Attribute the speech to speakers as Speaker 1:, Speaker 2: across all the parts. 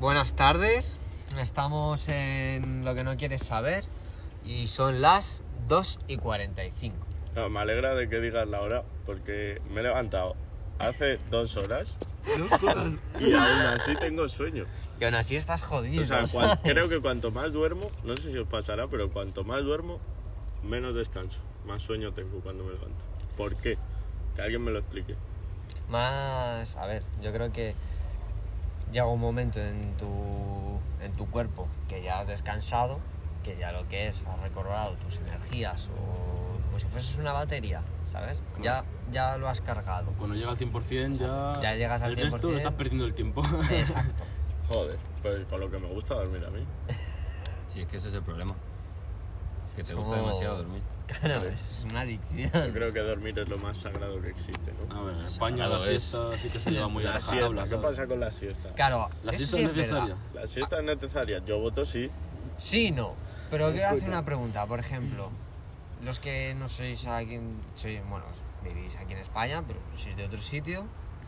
Speaker 1: Buenas tardes, estamos en lo que no quieres saber y son las 2 y 45.
Speaker 2: No, me alegra de que digas la hora porque me he levantado hace dos horas y aún así tengo sueño.
Speaker 1: Y aún así estás jodido.
Speaker 2: O sea,
Speaker 1: ¿sabes?
Speaker 2: cuan- creo que cuanto más duermo, no sé si os pasará, pero cuanto más duermo, menos descanso, más sueño tengo cuando me levanto. ¿Por qué? Que alguien me lo explique.
Speaker 1: Más, a ver, yo creo que llega un momento en tu, en tu cuerpo que ya has descansado, que ya lo que es, has recobrado tus energías o como si fueses una batería, ¿sabes? Ya, ya lo has cargado.
Speaker 3: Cuando llega al 100% ya...
Speaker 1: Ya llegas al
Speaker 3: El resto
Speaker 1: 100%.
Speaker 3: lo estás perdiendo el tiempo.
Speaker 1: Exacto.
Speaker 2: Joder, pues con lo que me gusta dormir a mí.
Speaker 4: Sí, es que ese es el problema. Que te
Speaker 1: Es
Speaker 4: gusta
Speaker 1: como-
Speaker 4: demasiado dormir.
Speaker 1: Claro, es una
Speaker 2: Yo
Speaker 1: adicción.
Speaker 2: creo que dormir es lo más sagrado que existe, ¿no?
Speaker 3: A ver, en España la
Speaker 4: Lo es.
Speaker 3: siesta sí que se lleva muy a
Speaker 2: Ah, la
Speaker 3: la
Speaker 2: siesta,
Speaker 3: jaula,
Speaker 2: ¿qué
Speaker 3: ¿sabes?
Speaker 2: pasa con la siesta?
Speaker 1: Claro,
Speaker 3: La
Speaker 1: eso
Speaker 3: siesta
Speaker 1: sí
Speaker 3: es
Speaker 1: es verdad.
Speaker 3: necesaria.
Speaker 2: ¿La siesta es necesaria? Yo voto sí.
Speaker 1: Sí, no. Pero quiero hacer
Speaker 2: Escucha.
Speaker 1: una pregunta, por ejemplo. Los que no sois aquí, en- sois, bueno, vivís aquí en España, pero sois de otro sitio,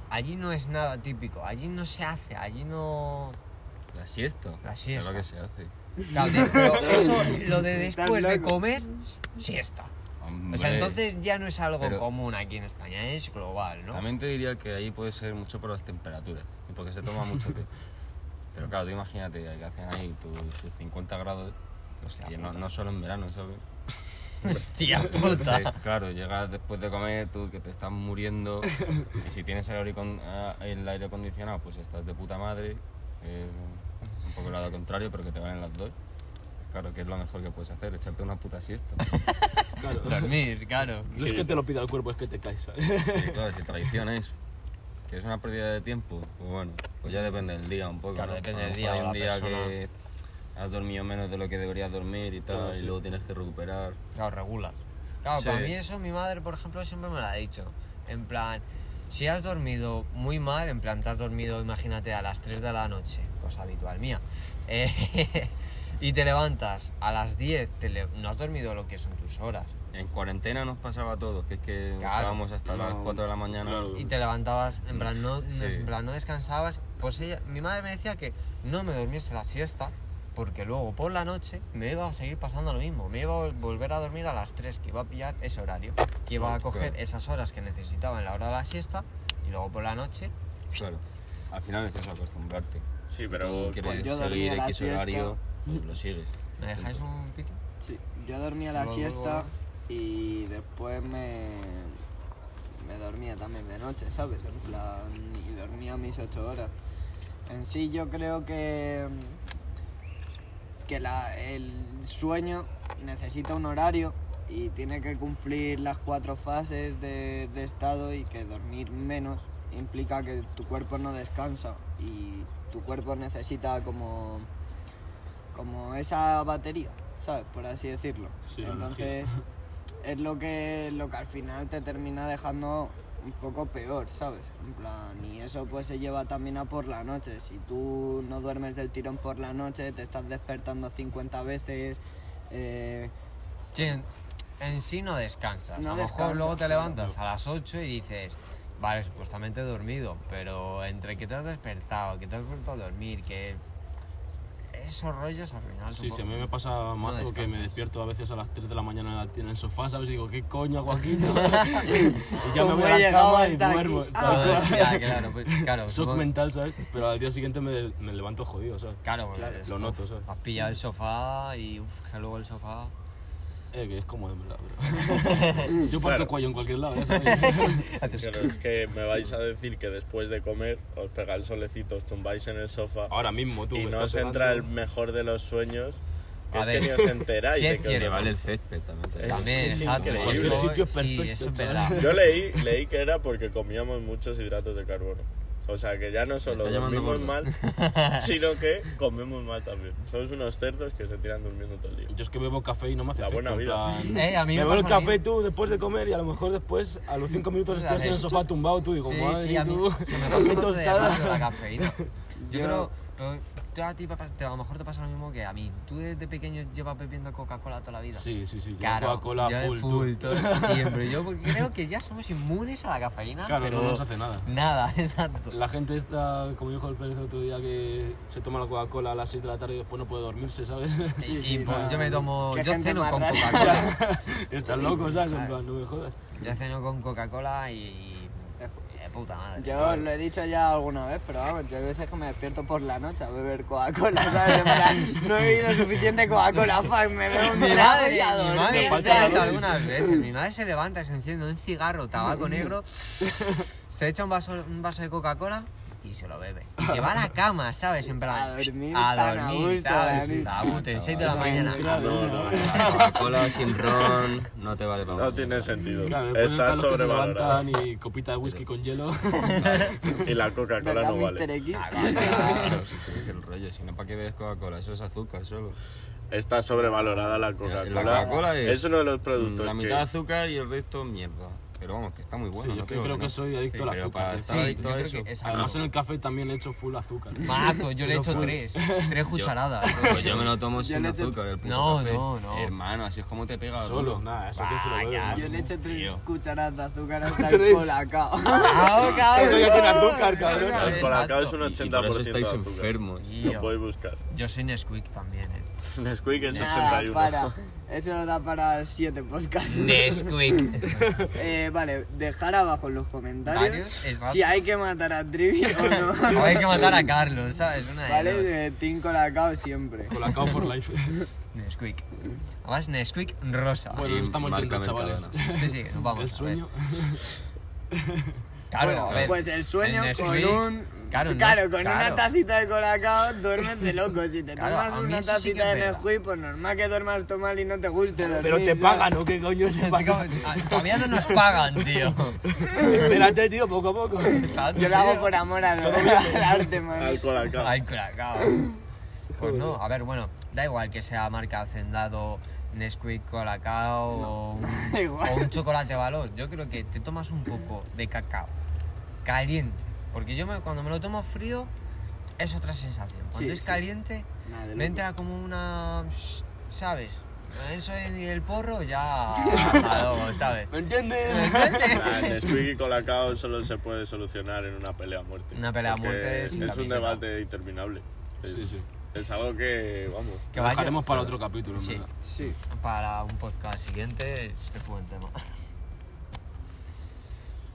Speaker 1: allí no es nada típico, allí no se hace, allí no...
Speaker 4: La siesta.
Speaker 1: La
Speaker 4: Es lo
Speaker 1: siesta.
Speaker 4: que se hace.
Speaker 1: Claro, de- pero eso, lo de
Speaker 5: Estás
Speaker 1: después de
Speaker 5: loco.
Speaker 1: comer, siesta. O sea,
Speaker 4: Hombre,
Speaker 1: entonces ya no es algo
Speaker 4: pero-
Speaker 1: común aquí en España, es global, ¿no?
Speaker 4: También te diría que ahí puede ser mucho por las temperaturas y porque se toma mucho té. Pero claro, tú imagínate que hacen ahí tus tus 50 grados.
Speaker 1: Hostia
Speaker 4: y no,
Speaker 1: puta.
Speaker 4: no solo en verano, ¿sabes?
Speaker 1: Hostia
Speaker 4: Entonces, claro, llegas después de comer, tú que te estás muriendo. Y si tienes el aire, con- ah, el aire acondicionado, pues estás de puta madre. Es un poco el lado contrario, pero que te valen las dos. Claro, que es lo mejor que puedes hacer, echarte una puta siesta.
Speaker 3: Claro.
Speaker 1: Dormir, claro.
Speaker 3: No es que te lo pida el cuerpo, es que te caes, ¿sabes?
Speaker 4: Sí, claro, si traición es. Que es una pérdida de tiempo, pues bueno, pues ya depende del día un poco.
Speaker 1: Claro,
Speaker 4: ¿no?
Speaker 1: depende
Speaker 4: A lo
Speaker 1: del día
Speaker 4: mejor
Speaker 1: o
Speaker 4: Hay
Speaker 1: la
Speaker 4: un día que has dormido menos de lo que deberías dormir y tal,
Speaker 3: Claro,
Speaker 4: y
Speaker 3: sí.
Speaker 4: luego tienes que recuperar.
Speaker 1: Claro, regulas. Claro,
Speaker 4: Sí.
Speaker 1: para mí eso mi madre, por ejemplo, siempre me lo ha dicho. En plan, si has dormido muy mal, en plan, te has dormido, imagínate, a las 3 de la noche, cosa habitual mía, eh, y te levantas a las 10, te le- no has dormido lo que son tus horas,
Speaker 4: En cuarentena nos pasaba a todos, que es que
Speaker 1: Claro.
Speaker 4: estábamos hasta las
Speaker 3: No,
Speaker 4: 4 de la mañana.
Speaker 3: claro.
Speaker 1: y te levantabas, en plan, no, no-
Speaker 4: Sí.
Speaker 1: en plan, no descansabas, pues ella, mi madre me decía que no me durmiese la siesta, porque luego por la noche me iba a seguir pasando lo mismo, me iba a vol- volver a dormir a las 3, que iba a pillar ese horario, que iba a
Speaker 4: Claro,
Speaker 1: coger
Speaker 4: claro.
Speaker 1: esas horas que necesitaba en la hora de la siesta, y luego por la noche,
Speaker 4: Claro. Al final es eso, acostumbrarte.
Speaker 2: Sí,
Speaker 4: Tú
Speaker 2: pero
Speaker 4: quieres
Speaker 5: Pues yo dormía
Speaker 4: seguir
Speaker 5: la
Speaker 4: X
Speaker 5: siesta.
Speaker 4: horario, pues lo sigues.
Speaker 1: ¿me dejáis un pito?
Speaker 5: Sí, yo dormía la
Speaker 1: Luego,
Speaker 5: siesta
Speaker 1: luego.
Speaker 5: y después me, me dormía también de noche, ¿sabes? En plan, y dormía mis ocho horas. En sí yo creo que, mm, que la- el sueño necesita un horario y tiene que cumplir las cuatro fases de, de estado y que dormir menos implica que tu cuerpo no descansa y tu cuerpo necesita como como esa batería, ¿sabes? Por así decirlo.
Speaker 3: Sí, la
Speaker 5: Entonces, es lo que, lo que al final te termina dejando un poco peor, ¿sabes? En plan, y eso pues se lleva también a por la noche. Si tú no duermes del tirón por la noche, te estás despertando 50 veces. eh,
Speaker 1: Sí, en, en sí no descansas. a
Speaker 5: No
Speaker 1: lo mejor
Speaker 5: descansas,
Speaker 1: luego te
Speaker 5: claro.
Speaker 1: levantas a las 8 y dices, vale, supuestamente he dormido, pero entre que te has despertado, que te has vuelto a dormir, que esos rollos al final... Ah,
Speaker 3: Sí,
Speaker 1: supongo-
Speaker 3: sí, a mí me pasa más
Speaker 1: No
Speaker 3: que me
Speaker 1: descansas.
Speaker 3: despierto a veces a las 3 de la mañana en, la- en el sofá, ¿sabes? Y digo, ¿qué coño hago aquí? no?" y ya me
Speaker 5: ¿Cómo
Speaker 3: voy
Speaker 5: he
Speaker 3: a la
Speaker 5: llegado
Speaker 3: cama y
Speaker 5: hasta aquí?
Speaker 3: duermo.
Speaker 5: Ah,
Speaker 3: tal
Speaker 1: Todo
Speaker 3: cual.
Speaker 1: es- ya, claro, pues, claro.
Speaker 3: Shock
Speaker 1: supongo-
Speaker 3: mental, ¿sabes? Pero al día siguiente me, me levanto jodido, ¿sabes?
Speaker 1: Claro, porque
Speaker 5: Claro,
Speaker 1: es-
Speaker 3: lo noto,
Speaker 1: uf,
Speaker 3: ¿sabes?
Speaker 1: Has pillado el sofá y uf, que luego el sofá...
Speaker 3: Eh, que es como en verdad, pero... Yo parto
Speaker 2: Claro.
Speaker 3: cuello en cualquier lado, ya sabes.
Speaker 2: Pero es que me vais a decir que después de comer os pega el solecito, os tumbáis en el sofá
Speaker 3: Ahora mismo tú.
Speaker 2: y
Speaker 3: que
Speaker 2: no os
Speaker 3: estás
Speaker 2: entra el
Speaker 3: cenando.
Speaker 2: mejor de los sueños. que
Speaker 1: A
Speaker 2: es
Speaker 1: ver,
Speaker 2: que ni os enteráis.
Speaker 1: sí
Speaker 2: de
Speaker 1: es
Speaker 2: que os
Speaker 1: cierto.
Speaker 4: Te
Speaker 2: duele.
Speaker 4: vale el césped también. te digo.
Speaker 1: También,
Speaker 2: es
Speaker 1: exacto.
Speaker 2: increíble.
Speaker 1: eso-
Speaker 2: Cualquier
Speaker 3: sitio es
Speaker 1: Sí,
Speaker 3: perfecto,
Speaker 1: eso es
Speaker 3: chaval.
Speaker 1: verdad.
Speaker 2: Yo leí, leí que era porque comíamos muchos hidratos de carbono. O sea que ya no solo
Speaker 4: está llamando
Speaker 2: dormimos
Speaker 4: gordo.
Speaker 2: mal, sino que comemos mal también. Somos unos cerdos que se tiran durmiendo todo el día.
Speaker 3: Yo es que bebo café y no me hace
Speaker 2: La
Speaker 3: efecto,
Speaker 2: buena
Speaker 3: en
Speaker 2: vida.
Speaker 3: plan-
Speaker 1: Eh, a mí me
Speaker 3: me bebo el
Speaker 1: pasa lo
Speaker 3: café
Speaker 1: mismo.
Speaker 3: tú después de comer y a lo mejor después a los 5 minutos
Speaker 1: Pues,
Speaker 3: estás en el
Speaker 1: esto-
Speaker 3: sofá tumbado tú y digo,
Speaker 1: Sí,
Speaker 3: madre
Speaker 1: sí, a mí
Speaker 3: tú,
Speaker 1: se me
Speaker 3: qué
Speaker 1: pasa todo de
Speaker 3: tostada.
Speaker 1: la cafeína. Yo
Speaker 6: Yo-
Speaker 1: creo, pero tú a ti papá, te- a lo mejor te pasa lo mismo que a mí. Tú desde pequeño llevas bebiendo Coca-Cola toda la vida.
Speaker 3: Sí, sí, sí. yo
Speaker 1: Claro,
Speaker 3: Coca-Cola
Speaker 1: yo de
Speaker 3: full,
Speaker 1: full,
Speaker 3: tú.
Speaker 1: todo, siempre. Yo porque creo que ya somos inmunes a la cafeína,
Speaker 3: Claro,
Speaker 1: pero
Speaker 3: no nos hace nada.
Speaker 1: nada, exacto.
Speaker 3: La gente está, como dijo el Pérez otro día, que se toma la Coca-Cola a las 6 de la tarde y después no puede dormirse, ¿sabes?
Speaker 5: Sí,
Speaker 1: y
Speaker 5: sí,
Speaker 1: pues,
Speaker 5: no.
Speaker 1: yo me tomo,
Speaker 5: Qué
Speaker 1: yo
Speaker 5: gente
Speaker 1: ceno
Speaker 5: más
Speaker 1: con
Speaker 5: rara.
Speaker 1: Coca-Cola.
Speaker 3: Estás loco, ¿sabes? En
Speaker 5: Claro.
Speaker 3: plan, no me jodas.
Speaker 1: yo ceno con Coca-Cola y, y de puta madre.
Speaker 5: Yo os lo he dicho ya alguna vez, pero vamos, yo hay veces que me despierto por la noche a beber Coca-Cola, ¿sabes? En plan, no he bebido suficiente Coca-Cola, fuck, me veo un
Speaker 1: Mi
Speaker 5: trago y
Speaker 1: madre,
Speaker 5: a
Speaker 1: mi madre
Speaker 5: dormir.
Speaker 1: me
Speaker 3: falta
Speaker 1: hace
Speaker 3: la
Speaker 1: eso
Speaker 3: dosis.
Speaker 1: algunas veces. Mi madre se levanta, se enciende un cigarro, tabaco negro, se echa un vaso, un vaso de Coca-Cola y se lo bebe. Y se va a la cama, ¿sabes? En plan,
Speaker 5: A dormir
Speaker 1: a
Speaker 5: tan a
Speaker 1: dormir,
Speaker 5: gusto,
Speaker 1: ¿sabes?
Speaker 5: sí, sí.
Speaker 1: A gusto, en 6 de la
Speaker 3: Es que
Speaker 1: mañana.
Speaker 3: entra-
Speaker 2: No, no,
Speaker 6: Coca-Cola sin ron no te vale para
Speaker 2: no tiene sentido.
Speaker 3: Claro, después
Speaker 2: Está
Speaker 3: están los que se
Speaker 2: sobrevalorado.
Speaker 3: levantan y copita de whisky con hielo.
Speaker 2: Y la Coca-Cola
Speaker 5: ¿Verdad,
Speaker 2: no
Speaker 5: Mr.
Speaker 2: vale.
Speaker 1: Ah,
Speaker 5: X?
Speaker 6: Claro, si es el rollo, si no, ¿para qué bebes Coca-Cola? Eso es azúcar solo.
Speaker 2: Está sobrevalorada la Coca-Cola.
Speaker 6: Coca-Cola es-
Speaker 2: uno de los productos
Speaker 6: La
Speaker 2: que-
Speaker 6: mitad azúcar y el resto mierda. Pero vamos, que está muy bueno.
Speaker 3: sí, yo
Speaker 6: no
Speaker 3: es que
Speaker 6: digo
Speaker 3: creo
Speaker 6: no.
Speaker 3: que soy adicto
Speaker 6: Sí,
Speaker 3: al
Speaker 6: pero
Speaker 3: azúcar.
Speaker 6: para
Speaker 3: de
Speaker 6: estar
Speaker 3: verdad.
Speaker 6: adicto
Speaker 1: yo
Speaker 6: a
Speaker 1: creo
Speaker 6: eso.
Speaker 1: que es
Speaker 6: Ah, no.
Speaker 3: Además, en el café también le echo full azúcar.
Speaker 1: Mazo, yo le he hecho tres, tres cucharadas.
Speaker 6: Pues yo me lo tomo
Speaker 5: Yo
Speaker 6: sin
Speaker 5: le echo-
Speaker 6: azúcar, el puto
Speaker 1: No,
Speaker 6: café.
Speaker 1: no, no.
Speaker 6: Hermano, así es como te pega
Speaker 3: Solo,
Speaker 6: alguno.
Speaker 3: nada, eso que se lo
Speaker 1: Vaya.
Speaker 3: bebe. ¿no?
Speaker 5: Yo le echo tres
Speaker 6: Tío.
Speaker 5: cucharadas de azúcar hasta el colacao.
Speaker 1: Cao, cao,
Speaker 3: Eso ya tiene
Speaker 1: cao.
Speaker 3: azúcar, cabrón.
Speaker 1: Exacto.
Speaker 2: El Colacao es un
Speaker 6: Y-
Speaker 2: 80%
Speaker 6: Y por eso estáis
Speaker 2: de azúcar.
Speaker 6: enfermos.
Speaker 2: Lo
Speaker 1: Tío,
Speaker 2: podéis buscar.
Speaker 1: Yo soy Nesquik también, eh.
Speaker 2: Nesquik es
Speaker 5: Nada,
Speaker 2: 81.
Speaker 5: Ah, para. Eso da para siete podcasts.
Speaker 1: Nesquik.
Speaker 5: Eh, vale, dejar abajo en los comentarios
Speaker 1: Varios, exacto.
Speaker 5: si hay que matar a Trivi o no.
Speaker 1: Hay que matar a Carlos, ¿sabes? Una de
Speaker 5: Vale,
Speaker 1: dos.
Speaker 5: de Team Colacao siempre.
Speaker 3: Colacao for life.
Speaker 1: Nesquik. Además, Nesquik rosa.
Speaker 3: bueno,
Speaker 6: Y
Speaker 3: estamos
Speaker 6: marca
Speaker 3: yendo,
Speaker 6: Mercadona.
Speaker 3: chavales.
Speaker 1: Sí, sí, nos vamos.
Speaker 3: El
Speaker 1: a ver.
Speaker 3: sueño.
Speaker 1: Claro,
Speaker 5: Bueno,
Speaker 1: a ver.
Speaker 5: pues el sueño
Speaker 1: el
Speaker 5: con
Speaker 1: Nesquik,
Speaker 5: un.
Speaker 1: claro, no es-
Speaker 5: con
Speaker 1: claro.
Speaker 5: una tacita de colacao duermes de loco. Si te
Speaker 1: Claro, a
Speaker 5: tomas
Speaker 1: mí
Speaker 5: una
Speaker 1: eso sí que
Speaker 5: tacita
Speaker 1: es
Speaker 5: de
Speaker 1: verdad.
Speaker 5: Nesquik, pues normal que duermas tú mal y no te guste dormir.
Speaker 3: Pero te
Speaker 5: ¿sabes?
Speaker 3: pagan, ¿o qué coño te pasa?
Speaker 1: Ah, Todavía no nos pagan, tío.
Speaker 3: Espérate, tío, poco a poco.
Speaker 5: Yo lo hago por amor al, al arte, man.
Speaker 2: Al Colacao.
Speaker 1: Ay, Colacao. Pues no, a ver, bueno, da igual que sea marca Hacendado, Nesquik, Colacao o, un,
Speaker 5: Da igual.
Speaker 1: o un chocolate valor. Yo creo que te tomas un poco de cacao caliente. Porque yo me- cuando me lo tomo frío es otra sensación. Cuando
Speaker 5: Sí,
Speaker 1: es
Speaker 5: sí.
Speaker 1: caliente
Speaker 5: Nada, de
Speaker 1: me
Speaker 5: loco.
Speaker 1: entra como una... ¿Sabes? Eso ni el porro ya... hasta luego, ¿Sabes?
Speaker 3: ¿Me entiendes?
Speaker 2: Ah, Nesquik y Colacao solo se puede solucionar en una pelea a muerte.
Speaker 1: Una pelea a
Speaker 2: Porque
Speaker 1: muerte sin
Speaker 2: Es un
Speaker 1: camiseta.
Speaker 2: debate interminable. Es,
Speaker 3: Sí, sí.
Speaker 2: es algo que, vamos,
Speaker 1: Que
Speaker 3: Lo
Speaker 1: vaya-
Speaker 3: dejaremos para otro capítulo, en
Speaker 1: Sí.
Speaker 3: verdad.
Speaker 5: Sí.
Speaker 1: para un podcast siguiente es buen tema.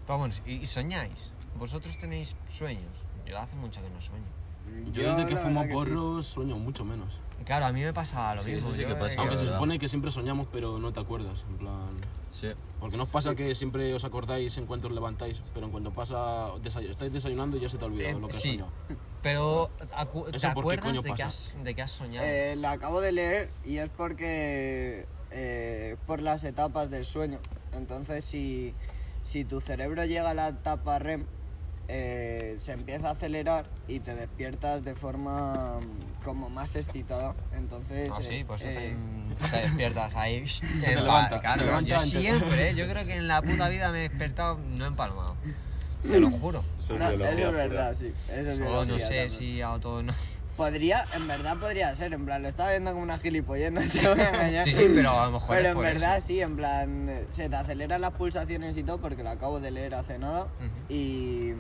Speaker 1: Vamos, ¿y, y soñáis? ¿Vosotros tenéis sueños? Yo hace mucho que no sueño.
Speaker 3: Yo desde que
Speaker 5: la
Speaker 3: fumo
Speaker 5: verdad sí.
Speaker 3: porros sueño mucho menos.
Speaker 1: Claro, a mí me pasa lo
Speaker 6: Sí,
Speaker 1: mismo.
Speaker 6: eso sí
Speaker 1: yo
Speaker 6: que
Speaker 1: me
Speaker 6: pasa.
Speaker 1: quedo-
Speaker 6: Aunque
Speaker 3: Aunque se
Speaker 6: verdad.
Speaker 3: supone que siempre soñamos, pero no te acuerdas. En plan.
Speaker 6: Sí.
Speaker 3: Porque no os pasa que siempre os acordáis en cuanto os levantáis, pero en cuanto pasa. desay- estáis desayunando y ya se te ha olvidado
Speaker 1: Eh,
Speaker 3: lo que has
Speaker 1: sí.
Speaker 3: soñado.
Speaker 1: Pero acu- ¿te
Speaker 3: Eso por qué
Speaker 1: acuerdas
Speaker 3: coño
Speaker 1: de que,
Speaker 3: pasa.
Speaker 1: has, de que has soñado?
Speaker 5: Eh, lo acabo de leer y es porque eh, por las etapas del sueño. Entonces, si, si tu cerebro llega a la etapa REM, eh, se empieza a acelerar y te despiertas de forma mm, como más excitada. Entonces,
Speaker 1: Ah, sí,
Speaker 5: eh,
Speaker 1: pues
Speaker 5: eh,
Speaker 1: te, te despiertas ahí. Se
Speaker 3: levanta, se levanta
Speaker 1: yo
Speaker 3: antes.
Speaker 1: siempre, ¿eh? yo creo que en la puta vida me he despertado no empalmado. Te lo juro.
Speaker 2: es
Speaker 5: no,
Speaker 2: biología
Speaker 5: eso es
Speaker 2: pura.
Speaker 5: verdad, sí. Eso es
Speaker 1: Solo no
Speaker 5: biología
Speaker 1: sé
Speaker 5: también.
Speaker 1: si a todo no.
Speaker 5: Podría, en verdad podría ser, en plan, lo estaba viendo como una gilipollez, no te voy a engañar.
Speaker 1: Sí, sí, pero a lo mejor
Speaker 5: Pero
Speaker 1: es
Speaker 5: en
Speaker 1: por
Speaker 5: verdad
Speaker 1: eso.
Speaker 5: sí, en plan, eh, se te aceleran las pulsaciones y todo, porque lo acabo de leer hace nada.
Speaker 1: Ujú.
Speaker 5: y,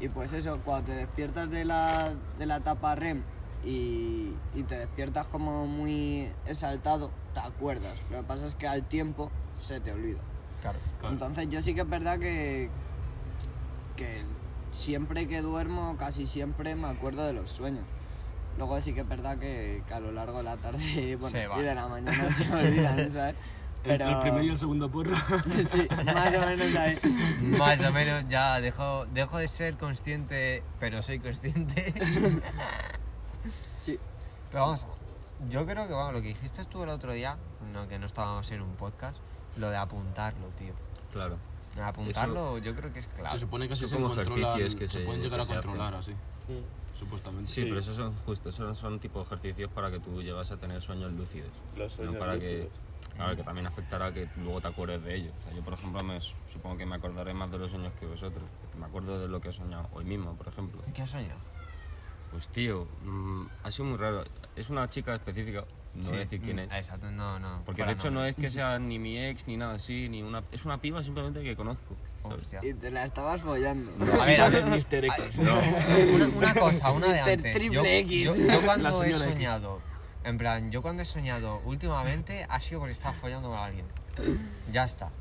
Speaker 5: y pues eso, cuando te despiertas de la, de la etapa REM y, y te despiertas como muy exaltado, te acuerdas. Lo que pasa es que al tiempo se te olvida.
Speaker 1: Claro.
Speaker 3: Claro.
Speaker 5: Entonces yo sí que es verdad que, que siempre que duermo, casi siempre me acuerdo de los sueños. Luego sí que es verdad que, que a lo largo de la tarde bueno,
Speaker 1: Se va.
Speaker 5: y de la mañana se me olvidan, ¿sabes?
Speaker 3: Entre el primero y el segundo porro.
Speaker 5: ¿eh? Sí, más o menos ahí.
Speaker 1: Más o menos ya dejo, dejo de ser consciente, pero soy consciente.
Speaker 5: Sí,
Speaker 1: Pero vamos, yo creo que vamos, lo que dijiste tú el otro día, no, que no estábamos en un podcast, lo de apuntarlo, tío.
Speaker 6: Claro.
Speaker 1: Lo de Apuntarlo yo creo que es clave.
Speaker 3: Se supone que así
Speaker 6: Son
Speaker 3: se
Speaker 6: como
Speaker 3: controlan.
Speaker 6: ejercicios
Speaker 3: Se,
Speaker 6: que se-
Speaker 3: pueden llegar
Speaker 6: que
Speaker 3: a
Speaker 6: se hacen.
Speaker 3: controlar así. Supuestamente.
Speaker 6: Sí, pero esos son justo, esos son tipo de ejercicios para que tú llegas a tener sueños lúcidos.
Speaker 2: Los sueños
Speaker 6: no para
Speaker 2: lúcidos.
Speaker 6: que. A ver, que también afectará que tú luego te acuerdes de ellos. O sea, yo, por ejemplo, me, supongo que me acordaré más de los sueños que vosotros. Me acuerdo de lo que he soñado hoy mismo, por ejemplo.
Speaker 1: ¿Qué has soñado?
Speaker 6: Pues
Speaker 4: Pues tío, mm, ha sido muy raro. Es una chica específica, no voy a decir
Speaker 1: Mm.
Speaker 4: quién es.
Speaker 1: Exacto, no, no.
Speaker 4: Porque de hecho no es que sea ni mi ex ni nada así, ni una... Es una piba simplemente que conozco. ¿sabes?
Speaker 1: Hostia.
Speaker 5: Y te la estabas follando.
Speaker 1: A ver, a ver.
Speaker 3: Mr. X.
Speaker 1: No, una, una cosa, una de
Speaker 5: Mr.
Speaker 1: antes. Yo,
Speaker 5: Triple X.
Speaker 1: yo- yo
Speaker 3: La
Speaker 1: cuando he
Speaker 3: señora X.
Speaker 1: soñado, en plan, yo cuando he soñado últimamente ha sido porque estaba follando con alguien. Ya está.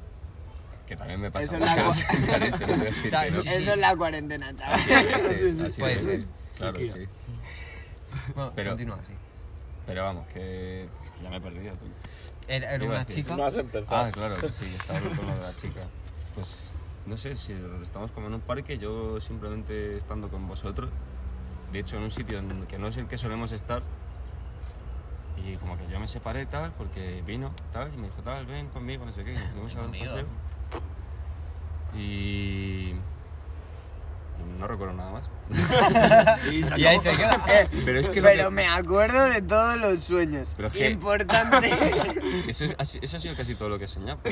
Speaker 4: Que también me pasa
Speaker 5: Eso es la
Speaker 4: muchas veces, no voy a decir
Speaker 1: ¿Sabes?
Speaker 4: que no.
Speaker 1: Sí,
Speaker 5: Eso es la cuarentena, chaval.
Speaker 4: Así es,
Speaker 1: Puede
Speaker 4: así
Speaker 1: ser.
Speaker 4: es. Claro,
Speaker 3: Sí,
Speaker 4: sí.
Speaker 1: Bueno,
Speaker 4: Pero-
Speaker 1: continúa así.
Speaker 4: Pero vamos, que... Es que ya me he perdido. coño.
Speaker 1: Era, era
Speaker 4: Iba a
Speaker 1: una
Speaker 4: decir-
Speaker 1: chica.
Speaker 2: No has empezado.
Speaker 4: Ah, claro, que sí, estaba hablando con lo de la chica. Pues no sé si estamos como en un parque, yo simplemente estando con vosotros, de hecho en un sitio en que no es el que solemos estar, y como que yo me separé tal, porque vino tal, y me dijo tal, ven conmigo, no sé qué, y nos fuimos a dar un
Speaker 1: Conmigo.
Speaker 4: paseo. Y. y No recuerdo nada más.
Speaker 3: Y se
Speaker 1: Y ahí
Speaker 3: acabó.
Speaker 1: se queda.
Speaker 4: Pero es que lo
Speaker 5: Pero
Speaker 4: que-
Speaker 5: me acuerdo de todos los sueños.
Speaker 4: Pero es que-
Speaker 5: Importante.
Speaker 4: Eso, ha si- eso ha sido casi todo lo que he soñado.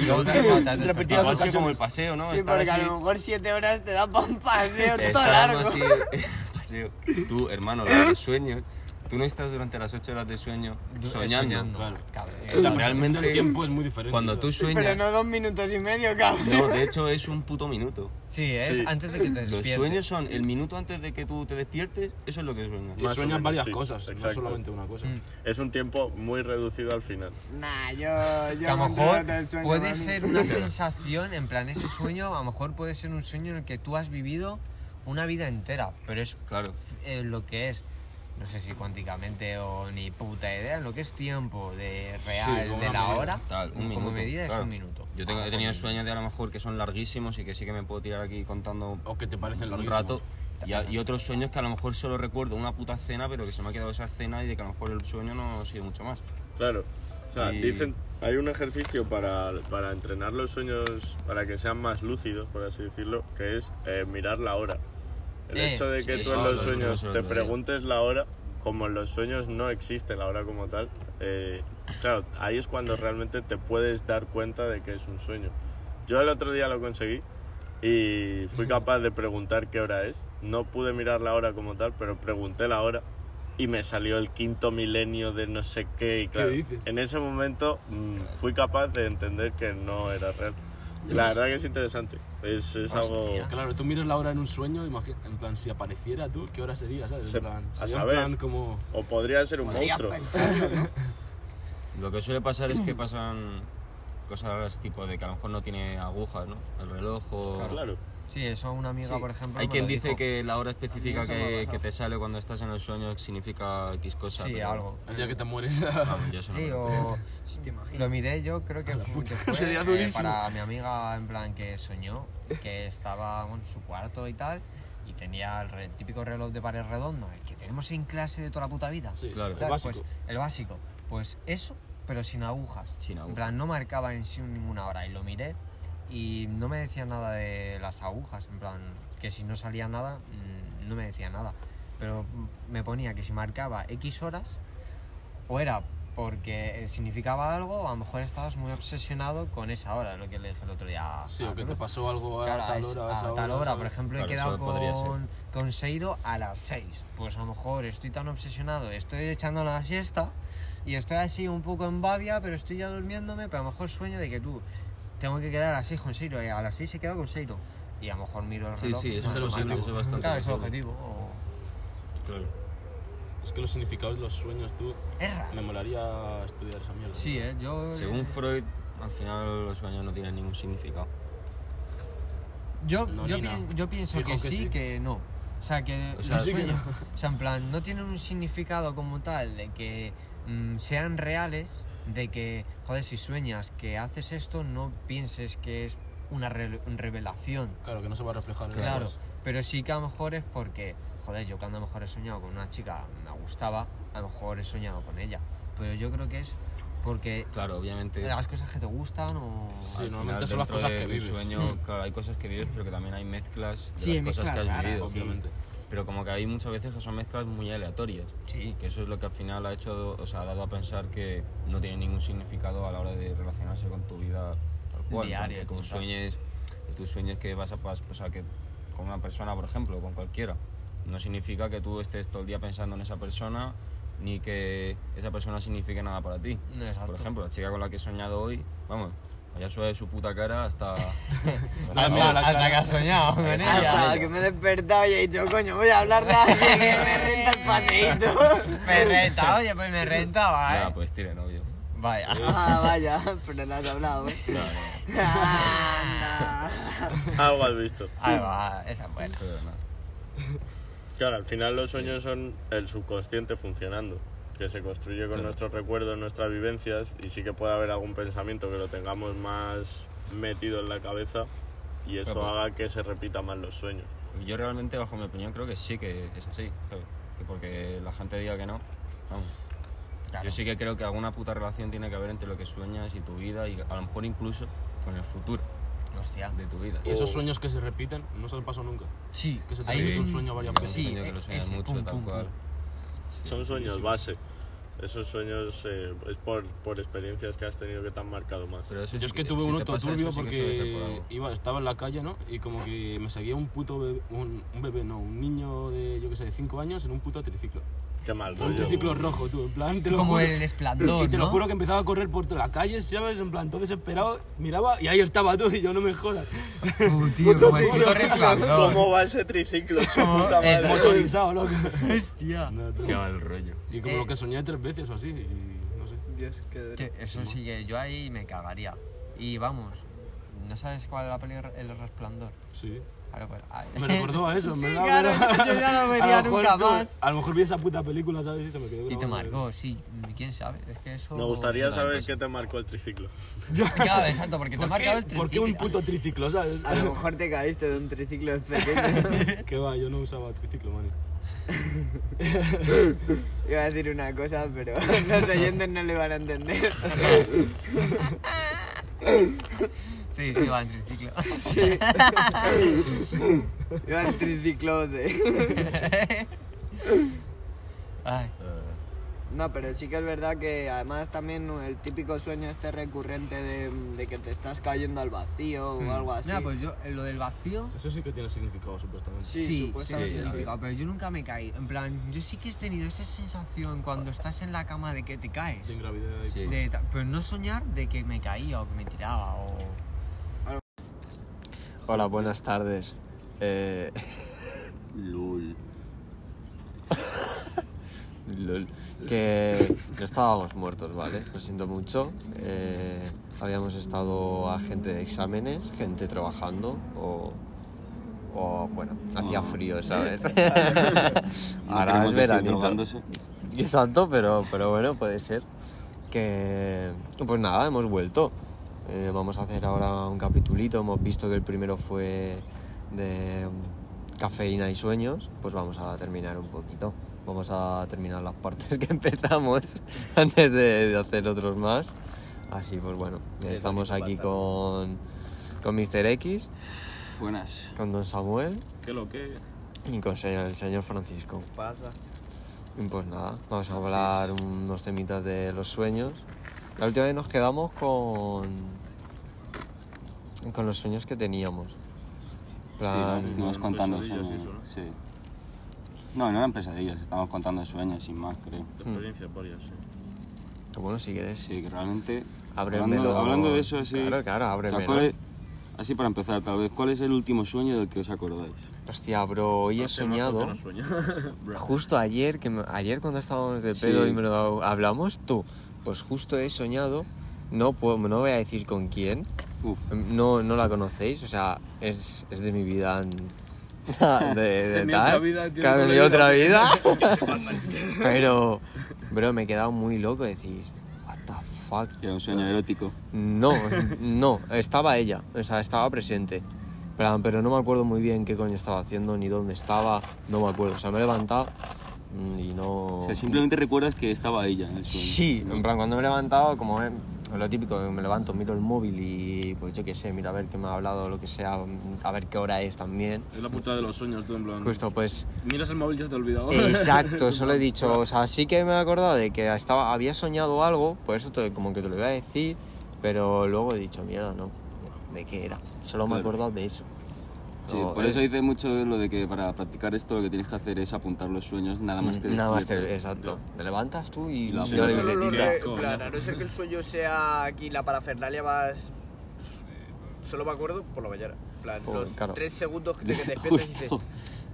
Speaker 1: Y luego te has levantado, te has
Speaker 3: Repetidas
Speaker 1: despertado.
Speaker 4: Algo así como el paseo, ¿no?
Speaker 5: sí,
Speaker 4: Estar
Speaker 5: porque a
Speaker 4: así-
Speaker 5: lo mejor siete horas te da para un paseo todo
Speaker 4: Estábamos
Speaker 5: largo.
Speaker 4: así, paseo. Tú, hermano, la de los sueños. Tú no estás durante las 8 horas de sueño soñando.
Speaker 1: eh, Soñando, eh.
Speaker 3: claro.
Speaker 1: cabrón.
Speaker 4: Realmente
Speaker 3: El tiempo es muy diferente.
Speaker 4: Cuando tú
Speaker 5: Pero
Speaker 4: sueñas.
Speaker 5: no dos minutos y medio, cabrón.
Speaker 4: No, de hecho es un puto minuto.
Speaker 1: Sí, es
Speaker 2: Sí.
Speaker 1: antes de que te
Speaker 4: Los
Speaker 1: despiertes.
Speaker 4: sueños son el minuto antes de que tú te despiertes, eso es lo que sueñas.
Speaker 3: Y
Speaker 2: Más o
Speaker 3: sueñas
Speaker 2: menos,
Speaker 3: varias
Speaker 2: sí,
Speaker 3: cosas, no
Speaker 2: exacto.
Speaker 3: solamente una cosa.
Speaker 1: Mm.
Speaker 2: Es un tiempo muy reducido al final.
Speaker 5: Nah, yo.
Speaker 1: Que
Speaker 5: yo
Speaker 1: a lo
Speaker 5: controlo todo el
Speaker 1: mejor
Speaker 5: sueño,
Speaker 1: puede
Speaker 5: mami.
Speaker 1: ser una sensación, en plan, ese sueño, a lo mejor puede ser un sueño en el que tú has vivido una vida entera, pero es
Speaker 4: Claro.
Speaker 1: eh, lo que es, no sé si cuánticamente o ni puta idea, lo que es tiempo de real,
Speaker 3: como
Speaker 1: de
Speaker 3: una
Speaker 1: la
Speaker 3: medida,
Speaker 1: hora,
Speaker 4: Tal, un
Speaker 1: como
Speaker 4: minuto,
Speaker 1: medida
Speaker 4: claro.
Speaker 1: es un minuto.
Speaker 4: Yo tengo,
Speaker 1: Ah,
Speaker 4: he tenido sueños de a lo mejor que son larguísimos y que sí que me puedo tirar aquí contando
Speaker 1: Oh,
Speaker 3: O que te parecen
Speaker 4: un
Speaker 3: larguísimos.
Speaker 4: rato. Y, a- y otros sueños que a lo mejor solo recuerdo una puta cena, pero que se me ha quedado esa cena y de que a lo mejor el sueño no ha sido mucho más.
Speaker 2: Claro. O sea,
Speaker 4: Y-
Speaker 2: dicen, hay un ejercicio para, para entrenar los sueños, para que sean más lúcidos, por así decirlo, que es eh, mirar la hora. El
Speaker 1: Eh,
Speaker 2: hecho de
Speaker 1: sí,
Speaker 2: que tú
Speaker 4: eso
Speaker 2: en
Speaker 4: lo
Speaker 2: los
Speaker 4: dijimos
Speaker 2: sueños
Speaker 4: el
Speaker 2: te
Speaker 4: otro día.
Speaker 2: preguntes la hora, como en los sueños no existe la hora como tal, eh, claro, ahí es cuando realmente te puedes dar cuenta de que es un sueño. Yo el otro día lo conseguí y fui capaz de preguntar qué hora es. No pude mirar la hora como tal, pero pregunté la hora y me salió el quinto milenio de no sé qué. Y claro,
Speaker 3: dices?
Speaker 2: En ese momento mm, fui capaz de entender que no era real. La verdad que es interesante. Es, es algo...
Speaker 1: Hostia.
Speaker 3: Pues Claro, tú miras la hora en un sueño, imagi- en plan, si apareciera tú, ¿qué hora sería? ¿Sabes? En
Speaker 2: Se-
Speaker 3: plan,
Speaker 2: a
Speaker 3: sería en
Speaker 2: saber.
Speaker 3: plan como.
Speaker 2: O podría ser un
Speaker 5: Podrías
Speaker 2: monstruo.
Speaker 5: pensarlo, ¿no?
Speaker 4: Lo que suele pasar es que pasan cosas tipo de que a lo mejor no tiene agujas, ¿no? El reloj o...
Speaker 2: Claro.
Speaker 1: Sí, eso una amiga,
Speaker 5: Sí.
Speaker 1: por ejemplo.
Speaker 4: Hay
Speaker 1: me
Speaker 4: quien
Speaker 1: lo
Speaker 4: dice
Speaker 1: dijo.
Speaker 4: que la hora específica
Speaker 5: eso me ha
Speaker 4: que,
Speaker 5: pasado.
Speaker 4: que te sale cuando estás en el sueño significa X cosa.
Speaker 1: Sí,
Speaker 4: pero-
Speaker 1: algo.
Speaker 3: El día que te mueres.
Speaker 4: Vamos, yo eso no
Speaker 1: Sí,
Speaker 4: me lo-
Speaker 1: o
Speaker 5: Sí, te
Speaker 1: lo
Speaker 5: imagino.
Speaker 1: miré yo, creo que, fu- que fue
Speaker 3: Sería
Speaker 1: eh,
Speaker 3: durísimo.
Speaker 1: para mi amiga, en plan, que soñó que estaba en su cuarto y tal, y tenía el re- típico reloj de pared redonda, el que tenemos en clase de toda la puta vida.
Speaker 3: Sí,
Speaker 4: Claro.
Speaker 3: el
Speaker 1: Claro,
Speaker 3: básico.
Speaker 1: Pues, el básico. Pues eso, pero sin agujas.
Speaker 4: Sin agujas.
Speaker 1: En plan, no marcaba en sí ninguna hora. Y lo miré y no me decía nada de las agujas. En plan, que si no salía nada, mm, no me decía nada. Pero mm, me ponía que si marcaba X horas, o era porque eh, significaba algo, o a lo mejor estabas muy obsesionado con esa hora, lo que le dije el otro día. a-
Speaker 3: Sí,
Speaker 1: a
Speaker 3: o que te
Speaker 1: Cruz.
Speaker 3: pasó algo a
Speaker 1: Claro,
Speaker 3: tal
Speaker 1: es-
Speaker 3: hora, a esa
Speaker 1: tal hora, por
Speaker 3: ¿sabes?
Speaker 1: ejemplo, he
Speaker 4: Claro,
Speaker 1: quedado
Speaker 4: eso podría ser.
Speaker 1: con, con Seiro a las 6. Pues a lo mejor estoy tan obsesionado, estoy echando la siesta y estoy así un poco en babia, pero estoy ya durmiéndome, pero a lo mejor sueño de que tú tengo que quedar a las 6 con Seiro y a las 6 he quedado con Seiro. Y a lo mejor miro el
Speaker 4: Sí,
Speaker 1: reloj.
Speaker 4: sí,
Speaker 1: y
Speaker 4: eso
Speaker 1: no
Speaker 4: es
Speaker 1: lo
Speaker 4: bastante-
Speaker 1: marco.
Speaker 4: eso es bastante
Speaker 1: Claro, es el
Speaker 4: posible.
Speaker 1: objetivo. o-
Speaker 4: Claro.
Speaker 3: Es que los significados de los sueños, tú.
Speaker 1: Es raro.
Speaker 3: Me molaría estudiar esa mierda.
Speaker 1: Oh, Sí, ¿eh? yo...
Speaker 4: Según Freud, al final los sueños no tienen ningún significado.
Speaker 1: Yo,
Speaker 3: No,
Speaker 1: yo,
Speaker 3: ni
Speaker 1: pien-
Speaker 3: nada.
Speaker 1: yo pienso
Speaker 3: Fijo
Speaker 1: que,
Speaker 3: que
Speaker 1: sí,
Speaker 3: sí.
Speaker 1: que no. O sea, que
Speaker 4: O sea,
Speaker 1: los
Speaker 4: sí que
Speaker 1: sueños, o sea, en plan, no tienen un significado como tal de que mm, sean reales, de que, joder, si sueñas que haces esto, no pienses que es una re- revelación.
Speaker 3: Claro, que no se va a reflejar en
Speaker 1: Claro,
Speaker 3: los-
Speaker 1: pero sí que a lo mejor es porque, joder, yo cuando a lo mejor he soñado con una chica, me gustaba, a lo mejor he soñado con ella. Pero yo creo que es porque
Speaker 4: Claro, obviamente.
Speaker 1: las cosas que te gustan o...
Speaker 3: Sí,
Speaker 4: al final,
Speaker 3: normalmente son las
Speaker 4: dentro
Speaker 3: cosas
Speaker 4: de
Speaker 3: que
Speaker 4: tu
Speaker 3: vives.
Speaker 4: Sueño, claro, hay cosas que vives, pero que también hay mezclas de
Speaker 1: Sí,
Speaker 4: las cosas que
Speaker 1: mezclas
Speaker 4: has
Speaker 1: raras,
Speaker 4: vivido.
Speaker 1: sí.
Speaker 3: Obviamente.
Speaker 4: Pero como que hay muchas veces que son mezclas muy aleatorias.
Speaker 1: Sí.
Speaker 4: Que eso es lo que al final ha hecho, o sea, ha dado a pensar que no tiene ningún significado a la hora de relacionarse con tu vida tal cual.
Speaker 1: Diaria,
Speaker 4: tanto
Speaker 1: como
Speaker 4: Con
Speaker 1: tal.
Speaker 4: sueños, que tú sueñes que vas a pas- o sea, que con una persona, por ejemplo, o con cualquiera. No significa que tú estés todo el día pensando en esa persona, ni que esa persona signifique nada para ti.
Speaker 1: Exacto.
Speaker 4: Por ejemplo, la chica con la que he soñado hoy, vamos, allá sube su puta cara hasta... hasta-
Speaker 3: mira la
Speaker 1: hasta
Speaker 3: cara.
Speaker 1: que has soñado con
Speaker 7: Hasta
Speaker 1: ella.
Speaker 7: Ah, que me he despertado y he dicho, coño, voy a hablarle a alguien que me renta el paseíto.
Speaker 1: Me renta, oye, pues me renta, va,
Speaker 4: Nada,
Speaker 1: eh.
Speaker 4: pues tire novio.
Speaker 1: Vaya.
Speaker 7: Ah, vaya, pero no has hablado, ¿eh? Anda.
Speaker 2: Algo has visto.
Speaker 1: Ahí va, esa es buena.
Speaker 4: Pero nada.
Speaker 2: Claro, al final los sueños son el subconsciente funcionando, que se construye con
Speaker 4: Claro.
Speaker 2: nuestros recuerdos, nuestras vivencias, y sí que puede haber algún pensamiento que lo tengamos más metido en la cabeza y eso
Speaker 4: Claro.
Speaker 2: haga que se repita más los sueños.
Speaker 4: Yo realmente, bajo mi opinión, creo que sí que es así. ¿sabes? Que porque la gente diga que no. vamos. Yo sí que creo que alguna puta relación tiene que haber entre lo que sueñas y tu vida y a lo mejor incluso con el futuro
Speaker 1: Hostia.
Speaker 4: de tu vida.
Speaker 3: Y
Speaker 1: Oh.
Speaker 3: esos sueños que se repiten no se han pasado nunca.
Speaker 1: Sí,
Speaker 3: Que se te
Speaker 1: ahí-
Speaker 3: repite un sueño varias
Speaker 4: Yo
Speaker 3: veces.
Speaker 1: sí,
Speaker 4: que lo sueñas
Speaker 1: ese,
Speaker 4: mucho,
Speaker 1: pum,
Speaker 4: tal
Speaker 1: pum, pum.
Speaker 4: cual.
Speaker 2: Son sueños base. Esos sueños eh, es por, por experiencias que has tenido que te han marcado más.
Speaker 4: Pero eso
Speaker 3: Yo
Speaker 4: sí
Speaker 3: es que
Speaker 4: que-
Speaker 3: tuve
Speaker 4: si
Speaker 3: uno
Speaker 4: te
Speaker 3: todo
Speaker 4: pasa eso,
Speaker 3: turbio
Speaker 4: sí que suele ser por
Speaker 3: porque
Speaker 4: algo.
Speaker 3: iba, estaba en la calle, ¿no? Y como que me seguía un puto bebé, un, un bebé, no, un niño de, yo qué sé, de 5 años en un puto triciclo.
Speaker 2: Qué mal
Speaker 3: Un
Speaker 2: rollo.
Speaker 3: triciclo rojo, tú, en plan, te lo
Speaker 1: Como
Speaker 3: juro.
Speaker 1: el esplendor,
Speaker 3: Y te
Speaker 1: ¿no?
Speaker 3: lo juro que empezaba a correr por toda la calle, ¿sabes? En plan, todo desesperado, miraba y ahí estaba tú y yo, no me jodas.
Speaker 1: Uh, tío, como el puto resplandor.
Speaker 2: ¿Cómo va ese triciclo? Su
Speaker 1: ¿Cómo?
Speaker 2: puta madre.
Speaker 1: Es muy-
Speaker 3: Motorizado, loco.
Speaker 1: Hostia.
Speaker 3: No, tú.
Speaker 4: Qué mal rollo.
Speaker 3: Y como lo que soñé tres veces o así, y no sé.
Speaker 7: Dios, qué duro.
Speaker 1: Que eso sí que yo ahí me cagaría. Y vamos, ¿no sabes cuál es la peli El Resplandor?
Speaker 3: Sí.
Speaker 1: Claro, pues, ay.
Speaker 3: Me recordó a eso, en
Speaker 1: Sí,
Speaker 3: ¿verdad?
Speaker 1: claro,
Speaker 3: ¿verdad?
Speaker 1: yo ya no
Speaker 3: A
Speaker 1: vería
Speaker 3: mejor
Speaker 1: nunca
Speaker 3: tú-
Speaker 1: más.
Speaker 3: A lo mejor vi esa puta película, ¿sabes? Y se me quedó
Speaker 1: Y te
Speaker 3: grabado.
Speaker 1: marcó, sí, quién sabe. Es que eso.
Speaker 2: Me gustaría
Speaker 1: Sí,
Speaker 2: saber qué te marcó el triciclo.
Speaker 1: Claro, exacto, porque te ha
Speaker 3: ¿Por qué,
Speaker 1: marcado el
Speaker 3: por qué un
Speaker 1: triciclo.
Speaker 3: puto triciclo, sabes?
Speaker 7: A lo mejor te caíste de un triciclo de pequeño.
Speaker 3: que va, yo no usaba triciclo, man.
Speaker 7: Iba a decir una cosa, pero los oyentes no le van a entender.
Speaker 1: Sí, sí, va en triciclo.
Speaker 7: Iba en triciclo de...
Speaker 1: Ay,
Speaker 7: No, pero sí que es verdad que además también el típico sueño este recurrente de, de que te estás cayendo al vacío
Speaker 4: Mm.
Speaker 7: o algo así.
Speaker 1: Nada, pues yo, eh, lo del vacío.
Speaker 3: Eso sí que tiene significado, supuestamente.
Speaker 7: Sí,
Speaker 1: Sí, sí,
Speaker 7: supuestamente.
Speaker 1: significado, pero yo nunca me caí. En plan, yo sí que he tenido esa sensación cuando estás en la cama de que te caes.
Speaker 3: De ingravidez. y-
Speaker 4: Sí.
Speaker 1: De ta- pero no soñar de que me caía o que me tiraba o...
Speaker 5: Hola, buenas tardes. Eh,
Speaker 2: Lul.
Speaker 5: lol, que no estábamos muertos, ¿vale? Lo siento mucho. Eh, habíamos estado a gente de exámenes, gente trabajando o... o, bueno, hacía frío, ¿sabes? Ahora es veranito. Exacto, pero, pero bueno, puede ser. Que pues nada, hemos vuelto. Eh, vamos a hacer ahora un capitulito. Hemos visto que el primero fue de mm, cafeína y sueños. Pues vamos a terminar un poquito. Vamos a terminar las partes que empezamos antes de, de hacer otros más. Así pues bueno, estamos aquí con, con Mr. X,
Speaker 4: Buenas.
Speaker 5: con Don Samuel
Speaker 3: ¿Qué lo que?
Speaker 5: y con se- el señor Francisco.
Speaker 7: pasa?
Speaker 5: Y Pues nada, vamos a hablar unos temitas de los sueños. La última vez nos quedamos con. con los sueños que teníamos. Plan,
Speaker 4: estuvimos
Speaker 3: Mm,
Speaker 4: contando
Speaker 3: pesadillas
Speaker 4: sueños.
Speaker 3: y eso,
Speaker 4: Sí. No, no eran pesadillas, estábamos contando sueños sin más, creo.
Speaker 2: Experiencias varias, sí.
Speaker 5: bueno, si quieres,
Speaker 4: Sí, que realmente.
Speaker 5: ábremelo.
Speaker 4: Hablando, hablando de eso, así.
Speaker 5: Claro, claro,
Speaker 4: o sea,
Speaker 5: ábremelo.
Speaker 4: ¿cuál es- así para empezar, tal vez, ¿cuál es el último sueño del que os acordáis?
Speaker 5: Hostia, bro, hoy he soñado. Justo ayer, que me- ayer cuando estábamos de
Speaker 4: Sí.
Speaker 5: pedo y me lo hablamos, tú. Pues justo he soñado. No, puedo, no voy a decir con quién,
Speaker 4: Uf.
Speaker 5: No, no la conocéis, o sea, es, es de mi vida. en- De, de,
Speaker 3: mi
Speaker 5: tal.
Speaker 3: otra vida, tío,
Speaker 5: Claro,
Speaker 3: no
Speaker 5: de
Speaker 3: la
Speaker 5: mi otra
Speaker 3: he
Speaker 5: vida. Pero, bro, me he quedado muy loco de decir, what the fuck.
Speaker 4: Era un sueño erótico.
Speaker 5: No, no, estaba ella, o sea, estaba presente. Pero, pero no me acuerdo muy bien qué coño estaba haciendo, ni dónde estaba, no me acuerdo. O sea, me he levantado mm, y no.
Speaker 4: O sea, simplemente recuerdas que estaba ella en el sueño.
Speaker 5: Sí, en plan, cuando me he levantado, como es lo típico, me levanto, miro el móvil y pues yo qué sé, mira a ver qué me ha hablado, lo que sea, a ver qué hora es también.
Speaker 3: Es la putada de los sueños, tú, en plan.
Speaker 5: Justo, pues
Speaker 3: Miras el móvil y ya se te ha olvidado.
Speaker 5: exacto, eso lo he dicho. O sea, sí que me he acordado de que estaba, había soñado algo, por eso te- como que te lo iba a decir, pero luego he dicho, mierda, no, ¿de qué era? Solo me he acordado de eso.
Speaker 4: Sí,
Speaker 5: No,
Speaker 4: por
Speaker 5: eh,
Speaker 4: eso dice mucho lo de que para practicar esto lo que tienes que hacer es apuntar los sueños, nada más te
Speaker 5: Mm, Nada más, te-
Speaker 4: despiertas.
Speaker 5: exacto. Te levantas tú y
Speaker 4: Lo
Speaker 5: llevas
Speaker 4: apuntas.
Speaker 5: la
Speaker 4: Solo
Speaker 1: lo
Speaker 5: libretita.
Speaker 1: re-
Speaker 3: coño.
Speaker 1: plan, a no ser que el sueño sea aquí la parafernalia vas. Solo me acuerdo por la mañana. En plan,
Speaker 5: Por-
Speaker 1: los
Speaker 5: claro.
Speaker 1: tres segundos que te que te despiertas y dices.
Speaker 4: Justo.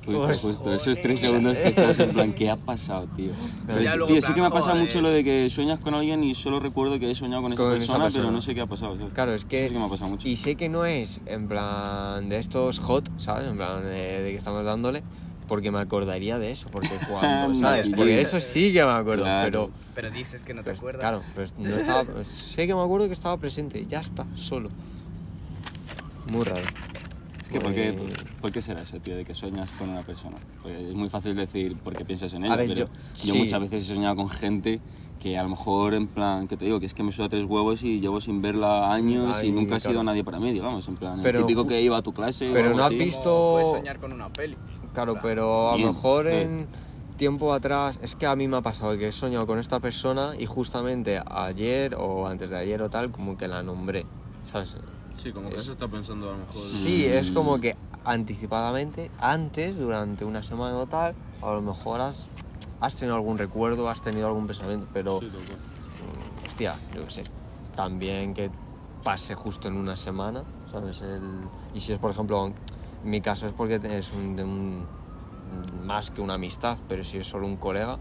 Speaker 4: Justo, justo, esos
Speaker 1: Joder.
Speaker 4: tres segundos que estás en plan, ¿qué ha pasado, tío? Pero
Speaker 1: Ya
Speaker 4: sí,
Speaker 1: luego
Speaker 4: tío,
Speaker 1: en
Speaker 4: sí que
Speaker 1: plan,
Speaker 4: me ha pasado
Speaker 1: joder.
Speaker 4: mucho lo de que sueñas con alguien y solo recuerdo que he soñado con esa,
Speaker 5: eh. Con esa
Speaker 4: persona, pero
Speaker 5: persona.
Speaker 4: no sé qué ha pasado. ¿sabes?
Speaker 5: Claro, es que.
Speaker 4: Eso sí que me ha pasado mucho.
Speaker 5: Y sé que no es en plan de estos hot, ¿sabes? En plan de, de que estamos dándole, porque me acordaría de eso, porque cuando, ¿sabes?
Speaker 4: Maravilla.
Speaker 5: Porque eso sí que me acuerdo,
Speaker 4: Claro.
Speaker 5: pero.
Speaker 1: Pero dices que no te
Speaker 5: pues,
Speaker 1: acuerdas.
Speaker 5: claro, pues no estaba. pues Sé que me acuerdo que estaba presente, ya está, solo. Muy raro.
Speaker 4: Es que, ¿por qué,
Speaker 5: Pues
Speaker 4: por qué será eso, tío, de que sueñas con una persona? Porque es muy fácil decir porque piensas en
Speaker 5: A
Speaker 4: ella,
Speaker 5: ver,
Speaker 4: pero
Speaker 5: yo-
Speaker 4: yo,
Speaker 5: sí.
Speaker 4: muchas veces he soñado con gente que a lo mejor, en plan, que te digo, que es que me suda tres huevos y llevo sin verla años y
Speaker 5: Ay,
Speaker 4: nunca ha
Speaker 5: claro.
Speaker 4: sido nadie para mí, digamos, en plan,
Speaker 5: Pero
Speaker 4: el típico
Speaker 5: ju-
Speaker 4: que iba a tu clase o
Speaker 5: pero
Speaker 4: algo
Speaker 5: no has
Speaker 4: así.
Speaker 5: visto-
Speaker 1: Como Puedes soñar con una peli.
Speaker 5: Claro,
Speaker 1: Claro.
Speaker 5: pero a lo
Speaker 4: Bien,
Speaker 5: mejor
Speaker 4: bien.
Speaker 5: en tiempo atrás, es que a mí me ha pasado que he soñado con esta persona y justamente ayer o antes de ayer o tal, como que la nombré, ¿sabes?
Speaker 3: Sí, como que eso está pensando a lo mejor.
Speaker 5: Sí, es como que
Speaker 3: Mm.
Speaker 5: anticipadamente, antes, durante una semana o tal, a lo mejor has, has tenido algún recuerdo, has tenido algún pensamiento, pero,
Speaker 3: Sí, tal cual.
Speaker 5: hostia, yo qué sé, también que pase justo en una semana, ¿sabes? El- y si es, por ejemplo, en mi caso es porque te- es un- de un- más que una amistad, pero si es solo un colega,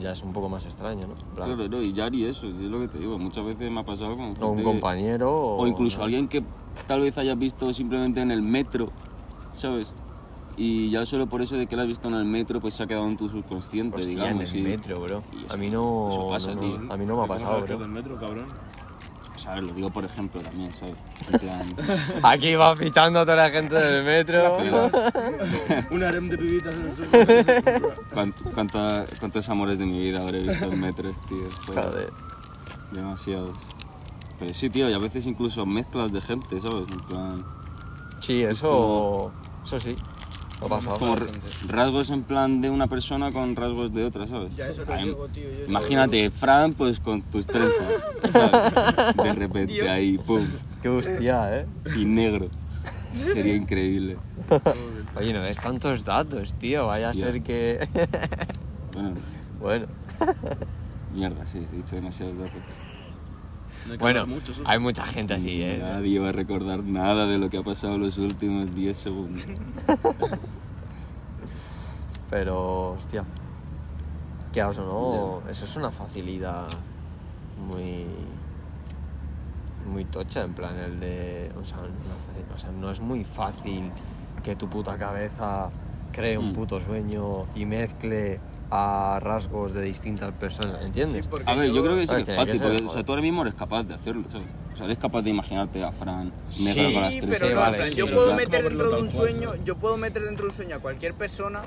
Speaker 5: ya es un poco más extraño, ¿no? En plan,
Speaker 4: Claro, no, y ya ni eso, es lo que te digo, muchas veces me ha pasado con
Speaker 5: o un
Speaker 4: gente-
Speaker 5: compañero o...
Speaker 4: O incluso
Speaker 5: ¿no?
Speaker 4: alguien que tal vez hayas visto simplemente en el metro, ¿sabes? Y ya solo por eso de que lo has visto en el metro, pues se ha quedado en tu subconsciente,
Speaker 5: Hostia,
Speaker 4: digamos.
Speaker 5: en el
Speaker 4: y-
Speaker 5: metro, bro.
Speaker 4: y eso-
Speaker 5: A mí no,
Speaker 4: eso pasa,
Speaker 5: no,
Speaker 4: tío.
Speaker 5: no, a mí no me
Speaker 3: ¿Cómo
Speaker 5: ha pasado,
Speaker 3: sabes que es
Speaker 5: bro.
Speaker 3: del metro, cabrón?
Speaker 4: O sea, lo digo por ejemplo también, ¿sabes? En plan,
Speaker 5: Aquí va fichando a toda la gente del metro.
Speaker 3: Un harem de pibitas en el suelo.
Speaker 4: ¿cuánt- cuánta- ¿Cuántos amores de mi vida habré visto en metros, tío? Fue
Speaker 5: Joder.
Speaker 4: Demasiados. Pero sí, tío, y a veces incluso mezclas de gente, ¿sabes? En plan...
Speaker 5: Sí, eso, eso sí. No pasa
Speaker 4: Como r- rasgos en plan de una persona con rasgos de otra, ¿sabes? Pues,
Speaker 1: Ya, eso lo
Speaker 4: Ay,
Speaker 1: digo, tío, yo eso
Speaker 4: Imagínate, Fran, pues con tus trenzas, ¿sabes? De repente
Speaker 1: Dios.
Speaker 4: ahí, pum,
Speaker 5: Qué hostia, ¿eh?
Speaker 4: y negro. Sería increíble.
Speaker 5: Oye, no ves tantos datos, tío. Vaya
Speaker 4: Hostia.
Speaker 5: a ser que...
Speaker 4: Bueno,
Speaker 5: bueno,
Speaker 4: mierda, sí, he dicho demasiados datos.
Speaker 3: No hay que
Speaker 5: bueno
Speaker 3: hablar mucho, eso.
Speaker 5: hay mucha gente así,
Speaker 1: Mm.
Speaker 5: ¿eh?
Speaker 4: Nadie va a recordar nada de lo que ha pasado los últimos 10 segundos.
Speaker 5: Pero, hostia. Que o no, eso es una facilidad muy... Muy tocha, en plan el de... O sea, no, fácil- o sea, no es muy fácil que tu puta cabeza cree un
Speaker 4: Mm.
Speaker 5: puto sueño y mezcle a rasgos de distintas personas, ¿entiendes?
Speaker 1: Sí, porque
Speaker 4: A ver, yo creo que sí
Speaker 5: Ah,
Speaker 4: que es
Speaker 5: tiene que
Speaker 4: fácil,
Speaker 5: ser,
Speaker 4: porque o sea,
Speaker 5: joder.
Speaker 4: tú ahora mismo eres capaz de hacerlo, ¿sabes? O sea, eres capaz de imaginarte a Fran
Speaker 5: Sí,
Speaker 4: negro con las
Speaker 1: Sí,
Speaker 4: trenzas.
Speaker 1: pero no,
Speaker 5: vale,
Speaker 1: o sea,
Speaker 5: sí,
Speaker 1: yo
Speaker 5: pero
Speaker 1: puedo
Speaker 5: claro.
Speaker 1: meter
Speaker 3: Como verlo
Speaker 1: dentro de un
Speaker 3: tal cual,
Speaker 1: sueño,
Speaker 3: ¿no?
Speaker 1: yo puedo meter dentro de un sueño a cualquier persona,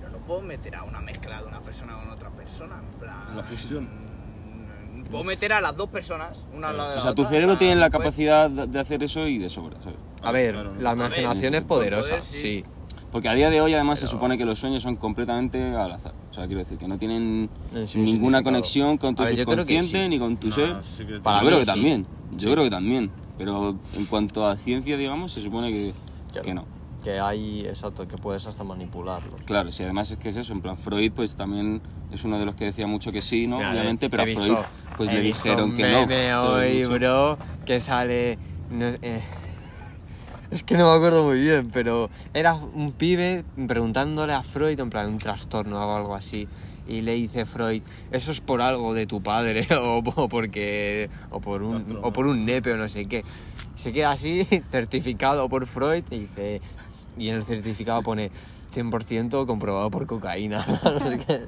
Speaker 1: pero no puedo meter a una mezcla de una persona con otra persona, en plan.
Speaker 3: La fusión.
Speaker 1: mm, Puedo meter a las dos personas, una al lado de la
Speaker 4: O sea, tu
Speaker 1: otra,
Speaker 4: cerebro
Speaker 1: en
Speaker 4: tiene
Speaker 1: plan,
Speaker 4: la
Speaker 1: pues,
Speaker 4: capacidad de de hacer eso y de sobra, ¿sabes?
Speaker 5: A ver,
Speaker 3: Claro, ¿no?
Speaker 5: la
Speaker 3: A ver,
Speaker 5: imaginación es
Speaker 4: con
Speaker 5: poderosa,
Speaker 1: poder, sí.
Speaker 5: sí.
Speaker 4: Porque a día de hoy además se
Speaker 5: Pero-
Speaker 4: supone que los sueños son completamente al azar. O sea, quiero decir que no tienen
Speaker 5: No, sí,
Speaker 4: ninguna
Speaker 5: significado.
Speaker 4: conexión con tu
Speaker 5: A ver, yo creo que
Speaker 4: subconsciente
Speaker 5: sí.
Speaker 4: ni con tu
Speaker 3: No,
Speaker 4: ser.
Speaker 3: sí que-
Speaker 5: Para
Speaker 4: yo
Speaker 5: mí
Speaker 4: creo que
Speaker 5: sí.
Speaker 4: también. Yo creo que también. Pero en cuanto a ciencia, digamos, se supone que,
Speaker 5: Claro.
Speaker 4: que no.
Speaker 5: Que hay, exacto, que puedes hasta manipularlo.
Speaker 4: Claro, si además es que es eso, en plan Freud pues también es uno de los que decía mucho que sí, ¿no? Obviamente, pero a Freud pues le dijeron que no.
Speaker 5: meme
Speaker 4: Pero
Speaker 5: hoy,
Speaker 4: mucho.
Speaker 3: Ah.
Speaker 5: bro, que sale... no- eh, es que no me acuerdo muy bien, pero era un pibe preguntándole a Freud, en plan, un trastorno o algo así. Y le dice Freud, eso es por algo de tu padre, o, po- porque. o por un. o por un nepe o no sé qué. Se queda así, certificado por Freud, y dice. Y en el certificado pone 100% comprobado por cocaína. No sé qué.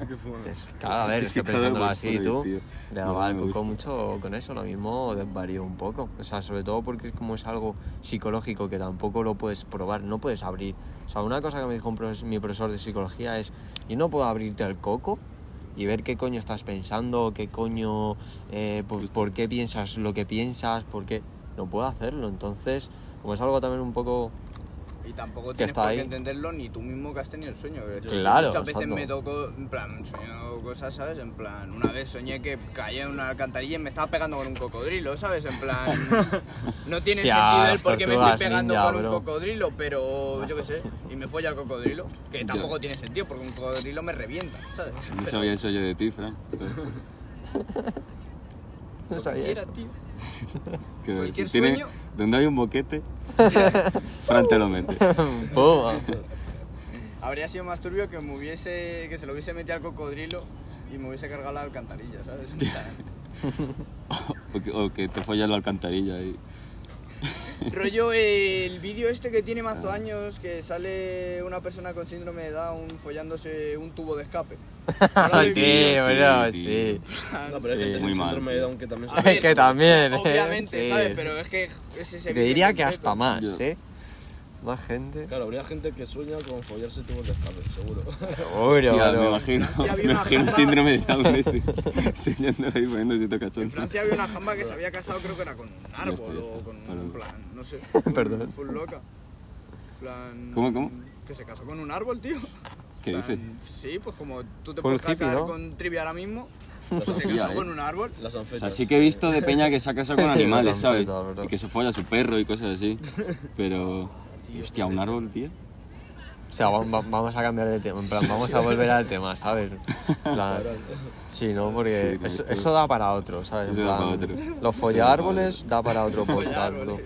Speaker 5: Entonces, Claro, a ver, es que
Speaker 4: Certificado
Speaker 5: pensándolo
Speaker 4: por
Speaker 5: así,
Speaker 4: Freud,
Speaker 5: tú. pues,
Speaker 4: tío.
Speaker 5: Le
Speaker 4: No,
Speaker 5: daba
Speaker 4: no me
Speaker 5: al coco
Speaker 4: gusta.
Speaker 5: mucho con eso, lo mismo desvarió un poco. O sea, sobre todo porque como es algo psicológico que tampoco lo puedes probar, no puedes abrir. O sea, una cosa que me dijo un profes- mi profesor de psicología es, yo no puedo abrirte el coco y ver qué coño estás pensando, qué coño, eh, por, por qué piensas lo que piensas, por qué... No puedo hacerlo, entonces, como es algo también un poco Y tampoco
Speaker 8: Que
Speaker 5: tienes
Speaker 8: está
Speaker 5: por
Speaker 8: ahí.
Speaker 5: qué entenderlo ni tú mismo que has tenido el sueño. Es que
Speaker 8: Claro,
Speaker 5: Muchas veces
Speaker 8: exacto.
Speaker 5: me tocó, en plan, soñando cosas, ¿sabes? En plan, una vez soñé que caía en una alcantarilla y me estaba pegando con un cocodrilo, ¿sabes? En plan, no tiene
Speaker 8: Hostia,
Speaker 5: sentido el
Speaker 8: las
Speaker 5: por qué me estoy
Speaker 8: tortugas
Speaker 5: pegando
Speaker 8: ninja,
Speaker 5: con un
Speaker 8: bro.
Speaker 5: cocodrilo, pero yo qué sé, y me folla el cocodrilo, que
Speaker 4: Ya.
Speaker 5: tampoco tiene sentido porque un cocodrilo me revienta, ¿sabes?
Speaker 4: No sabía eso yo de ti, Fran.
Speaker 8: No sabía
Speaker 5: Quiera,
Speaker 8: eso.
Speaker 5: tío.
Speaker 4: Que
Speaker 5: Cualquier
Speaker 4: tiene-
Speaker 5: sueño.
Speaker 4: Donde hay un boquete, Fran te lo mete.
Speaker 8: Pum.
Speaker 5: Habría sido más turbio que me hubiese, que se lo hubiese metido al cocodrilo y me hubiese cargado la alcantarilla, ¿sabes? En plan,
Speaker 4: O que, o que te follas la alcantarilla y...
Speaker 5: Rollo eh, el vídeo este que tiene mazo años que sale una persona con síndrome de Down follándose un tubo de escape. ¿No lo
Speaker 8: Sí,
Speaker 5: habéis visto?
Speaker 4: sí,
Speaker 8: bro,
Speaker 4: sí.
Speaker 8: sí.
Speaker 9: No, pero hay
Speaker 8: Sí,
Speaker 9: gente
Speaker 4: muy
Speaker 9: sin
Speaker 4: mal,
Speaker 9: síndrome de
Speaker 4: tío.
Speaker 9: Down que también
Speaker 5: A
Speaker 9: se...
Speaker 5: ver,
Speaker 8: que también, ¿eh?
Speaker 5: Obviamente,
Speaker 8: Sí.
Speaker 5: ¿sabes? Pero es que es ese
Speaker 8: Te
Speaker 5: vídeo
Speaker 8: diría
Speaker 5: en
Speaker 8: que hasta
Speaker 5: concreto.
Speaker 8: más,
Speaker 4: Yo-
Speaker 8: ¿eh? Más gente.
Speaker 9: Claro, habría gente que sueña con follarse tubos de escape, seguro.
Speaker 8: Seguro,
Speaker 4: Tía, me
Speaker 8: bro.
Speaker 4: imagino,
Speaker 5: Ya había
Speaker 4: me
Speaker 5: una
Speaker 4: imagino el
Speaker 5: jamba.
Speaker 4: síndrome de Down ese, soñándolo ahí poniendo siete
Speaker 5: En
Speaker 4: cachondos.
Speaker 5: Francia había una jamba que se había casado, creo que era con un árbol
Speaker 4: está, ya está.
Speaker 5: o con un
Speaker 4: Perdón.
Speaker 5: plan, no sé.
Speaker 8: Perdón.
Speaker 5: Full loca. Plan,
Speaker 4: ¿Cómo, cómo?
Speaker 5: Que se casó con un árbol, tío.
Speaker 4: ¿Qué
Speaker 5: Plan,
Speaker 4: dices?
Speaker 5: Sí, pues como tú te
Speaker 8: Full
Speaker 5: puedes
Speaker 8: hippie,
Speaker 5: casar
Speaker 8: ¿no?
Speaker 5: con trivia ahora mismo,
Speaker 9: Las,
Speaker 5: pues se
Speaker 4: Hostia,
Speaker 5: casó
Speaker 4: eh.
Speaker 5: con un árbol.
Speaker 9: las anfetas.
Speaker 4: Así que he visto de peña que se ha casado con
Speaker 8: Sí,
Speaker 4: animales,
Speaker 8: bastante,
Speaker 4: ¿sabes?
Speaker 8: la verdad.
Speaker 4: Y que se folla a su perro y cosas así. Pero... Hostia, un árbol, tío.
Speaker 8: O sea, va- va- vamos a cambiar de tema. En plan, vamos a volver al tema, ¿sabes? En plan, sí, ¿no? Porque
Speaker 4: Sí, no,
Speaker 8: eso,
Speaker 4: esto-
Speaker 8: eso da para otro, ¿sabes?
Speaker 4: Eso
Speaker 8: En
Speaker 4: da para
Speaker 8: plan,
Speaker 4: otro.
Speaker 8: Los
Speaker 4: Eso da para
Speaker 8: follaárboles da para otro podcast, bro.
Speaker 5: árboles.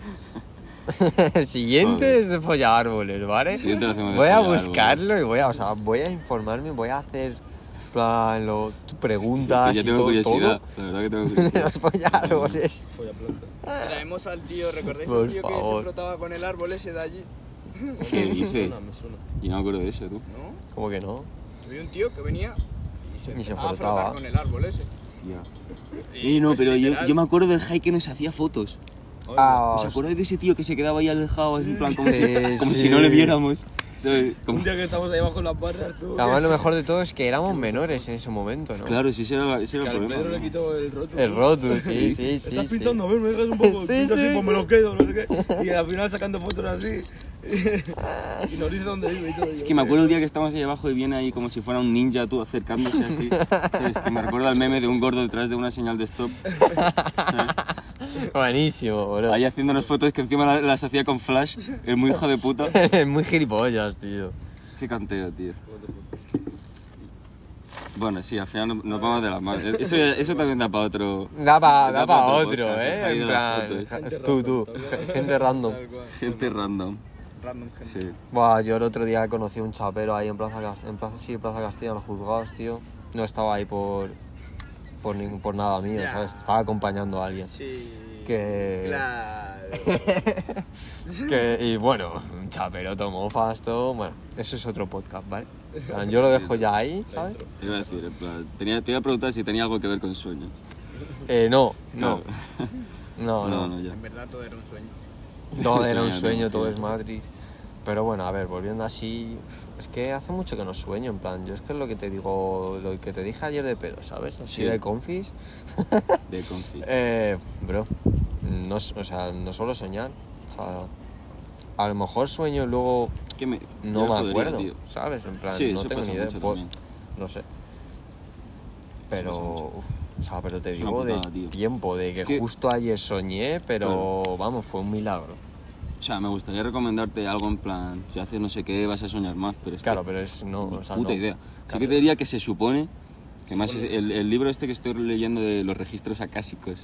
Speaker 8: El
Speaker 4: Joder.
Speaker 8: siguiente es de follaárboles, ¿vale?
Speaker 4: Siguiente lo hacemos de
Speaker 8: Voy a
Speaker 4: follar
Speaker 8: buscarlo y voy a, o sea, voy a informarme, voy a hacer en plan, lo, tu- preguntas
Speaker 4: ya
Speaker 8: y
Speaker 4: tengo
Speaker 8: todo,
Speaker 4: curiosidad,
Speaker 8: todo.
Speaker 4: la verdad que tengo
Speaker 8: de
Speaker 4: curiosidad.
Speaker 8: los follaárboles.
Speaker 5: Traemos al tío, ¿recordáis
Speaker 8: Por
Speaker 5: el tío que se
Speaker 8: favor.
Speaker 5: frotaba con el árbol ese de allí?
Speaker 4: ¿Qué
Speaker 9: Me
Speaker 4: dices?
Speaker 9: suena, me suena.
Speaker 4: Yo no me acuerdo de eso, tú.
Speaker 5: ¿No?
Speaker 8: ¿Cómo que no?
Speaker 5: Había un tío que venía y se,
Speaker 10: Ah,
Speaker 8: Y se
Speaker 5: empezaba a
Speaker 8: frotaba.
Speaker 5: frotar con el árbol ese.
Speaker 4: Ya. Eh, no,
Speaker 5: pues,
Speaker 4: pero yo,
Speaker 5: literal,
Speaker 4: yo me acuerdo del Jai que nos hacía fotos.
Speaker 8: Ah,
Speaker 4: ¿Os acordáis de ese tío que se quedaba ahí alejado, en plan como,
Speaker 8: Sí,
Speaker 4: si, como
Speaker 8: sí.
Speaker 4: si no le viéramos? ¿Sabes? Como-
Speaker 9: Un día que estamos ahí bajo las barras, tú...
Speaker 8: Además, lo mejor de todo es que éramos menores en ese momento, ¿no?
Speaker 4: Claro, sí, ese era, ese
Speaker 9: Que
Speaker 4: era el
Speaker 9: al
Speaker 4: problema.
Speaker 9: Pedro le
Speaker 4: ¿no?
Speaker 9: quitó el roto.
Speaker 8: El Rotus, sí, sí, sí.
Speaker 9: Estás
Speaker 8: sí.
Speaker 9: pintando, a ver, me dejas un poco. pinta
Speaker 8: Sí, sí,
Speaker 9: así, pues
Speaker 8: sí.
Speaker 9: me lo quedo, no sé qué. Y al final sacando fotos así. y nos dice dónde vive y todo.
Speaker 4: Es que me acuerdo el día que estábamos ahí abajo y viene ahí como si fuera un ninja tú acercándose así. ¿Sabes? Que me recuerda al meme de un gordo detrás de una señal de stop.
Speaker 8: Buenísimo, bro.
Speaker 4: Ahí haciéndonos fotos que encima la- las hacía con flash. Es muy hijo de puta.
Speaker 8: Es muy gilipollas, tío.
Speaker 4: Qué canteo, tío. Bueno, sí, al final nos vamos de las manos. Eso, eso también da para otro...
Speaker 8: Da para
Speaker 4: Da pa
Speaker 8: da pa
Speaker 4: otro
Speaker 8: otro,
Speaker 4: podcast,
Speaker 8: ¿eh?
Speaker 4: ahí
Speaker 8: En
Speaker 4: de las
Speaker 8: plan,
Speaker 4: fotos.
Speaker 8: ja- tú, tú, gente random.
Speaker 5: tal cual,
Speaker 4: Gente random.
Speaker 5: Random gente.
Speaker 4: Sí.
Speaker 8: Buah, yo el otro día conocí a un chapero ahí en Plaza Castilla, en Plaza, sí, en Plaza Castilla, en los juzgados, tío. No estaba ahí por, por, nin- por nada mío,
Speaker 5: Ya.
Speaker 8: ¿sabes? Estaba acompañando a alguien.
Speaker 5: Sí.
Speaker 8: Que-
Speaker 5: Claro.
Speaker 8: Que, y bueno, un chapero tomó fasto, bueno, eso es otro podcast, ¿vale? En plan, Yo lo dejo ya ahí, ¿sabes?
Speaker 4: Te iba a decir, en plan, tenía, te iba a preguntar si tenía algo que ver con sueños.
Speaker 8: Eh, no, no, no,
Speaker 4: No, no,
Speaker 8: no.
Speaker 4: ya.
Speaker 5: En verdad todo era un sueño.
Speaker 8: Todo era un
Speaker 4: Sueño,
Speaker 8: sueño,
Speaker 4: tío.
Speaker 8: todo es Madrid. Pero bueno, a ver, volviendo así, es que hace mucho que no sueño, en plan, yo es que es lo que te digo, lo que te dije ayer de pedo, ¿sabes? Así
Speaker 4: Sí.
Speaker 8: de confis.
Speaker 4: De confi.
Speaker 8: Eh, bro, no, s- o sea, no suelo soñar. O sea, a lo mejor sueño y luego
Speaker 4: Que me-
Speaker 8: no
Speaker 4: yo
Speaker 8: me
Speaker 4: jodería,
Speaker 8: acuerdo,
Speaker 4: tío.
Speaker 8: ¿sabes? En plan,
Speaker 4: Sí,
Speaker 8: no
Speaker 4: eso
Speaker 8: tengo
Speaker 4: pasa
Speaker 8: ni idea.
Speaker 4: mucho
Speaker 8: puedo-
Speaker 4: también.
Speaker 8: no sé. Pero, uf, o sea, pero te
Speaker 4: Es una
Speaker 8: digo
Speaker 4: putada,
Speaker 8: de
Speaker 4: tío.
Speaker 8: tiempo, de que,
Speaker 4: que-
Speaker 8: justo ayer soñé, pero vamos, fue un milagro.
Speaker 4: O sea, me gustaría recomendarte algo en plan, si haces no sé qué vas a soñar más, pero es que
Speaker 8: Claro, pero es no, o sea,
Speaker 4: puta
Speaker 8: no.
Speaker 4: idea. Sí que te diría que se supone, que más es- el, el libro este que estoy leyendo de los registros acásicos,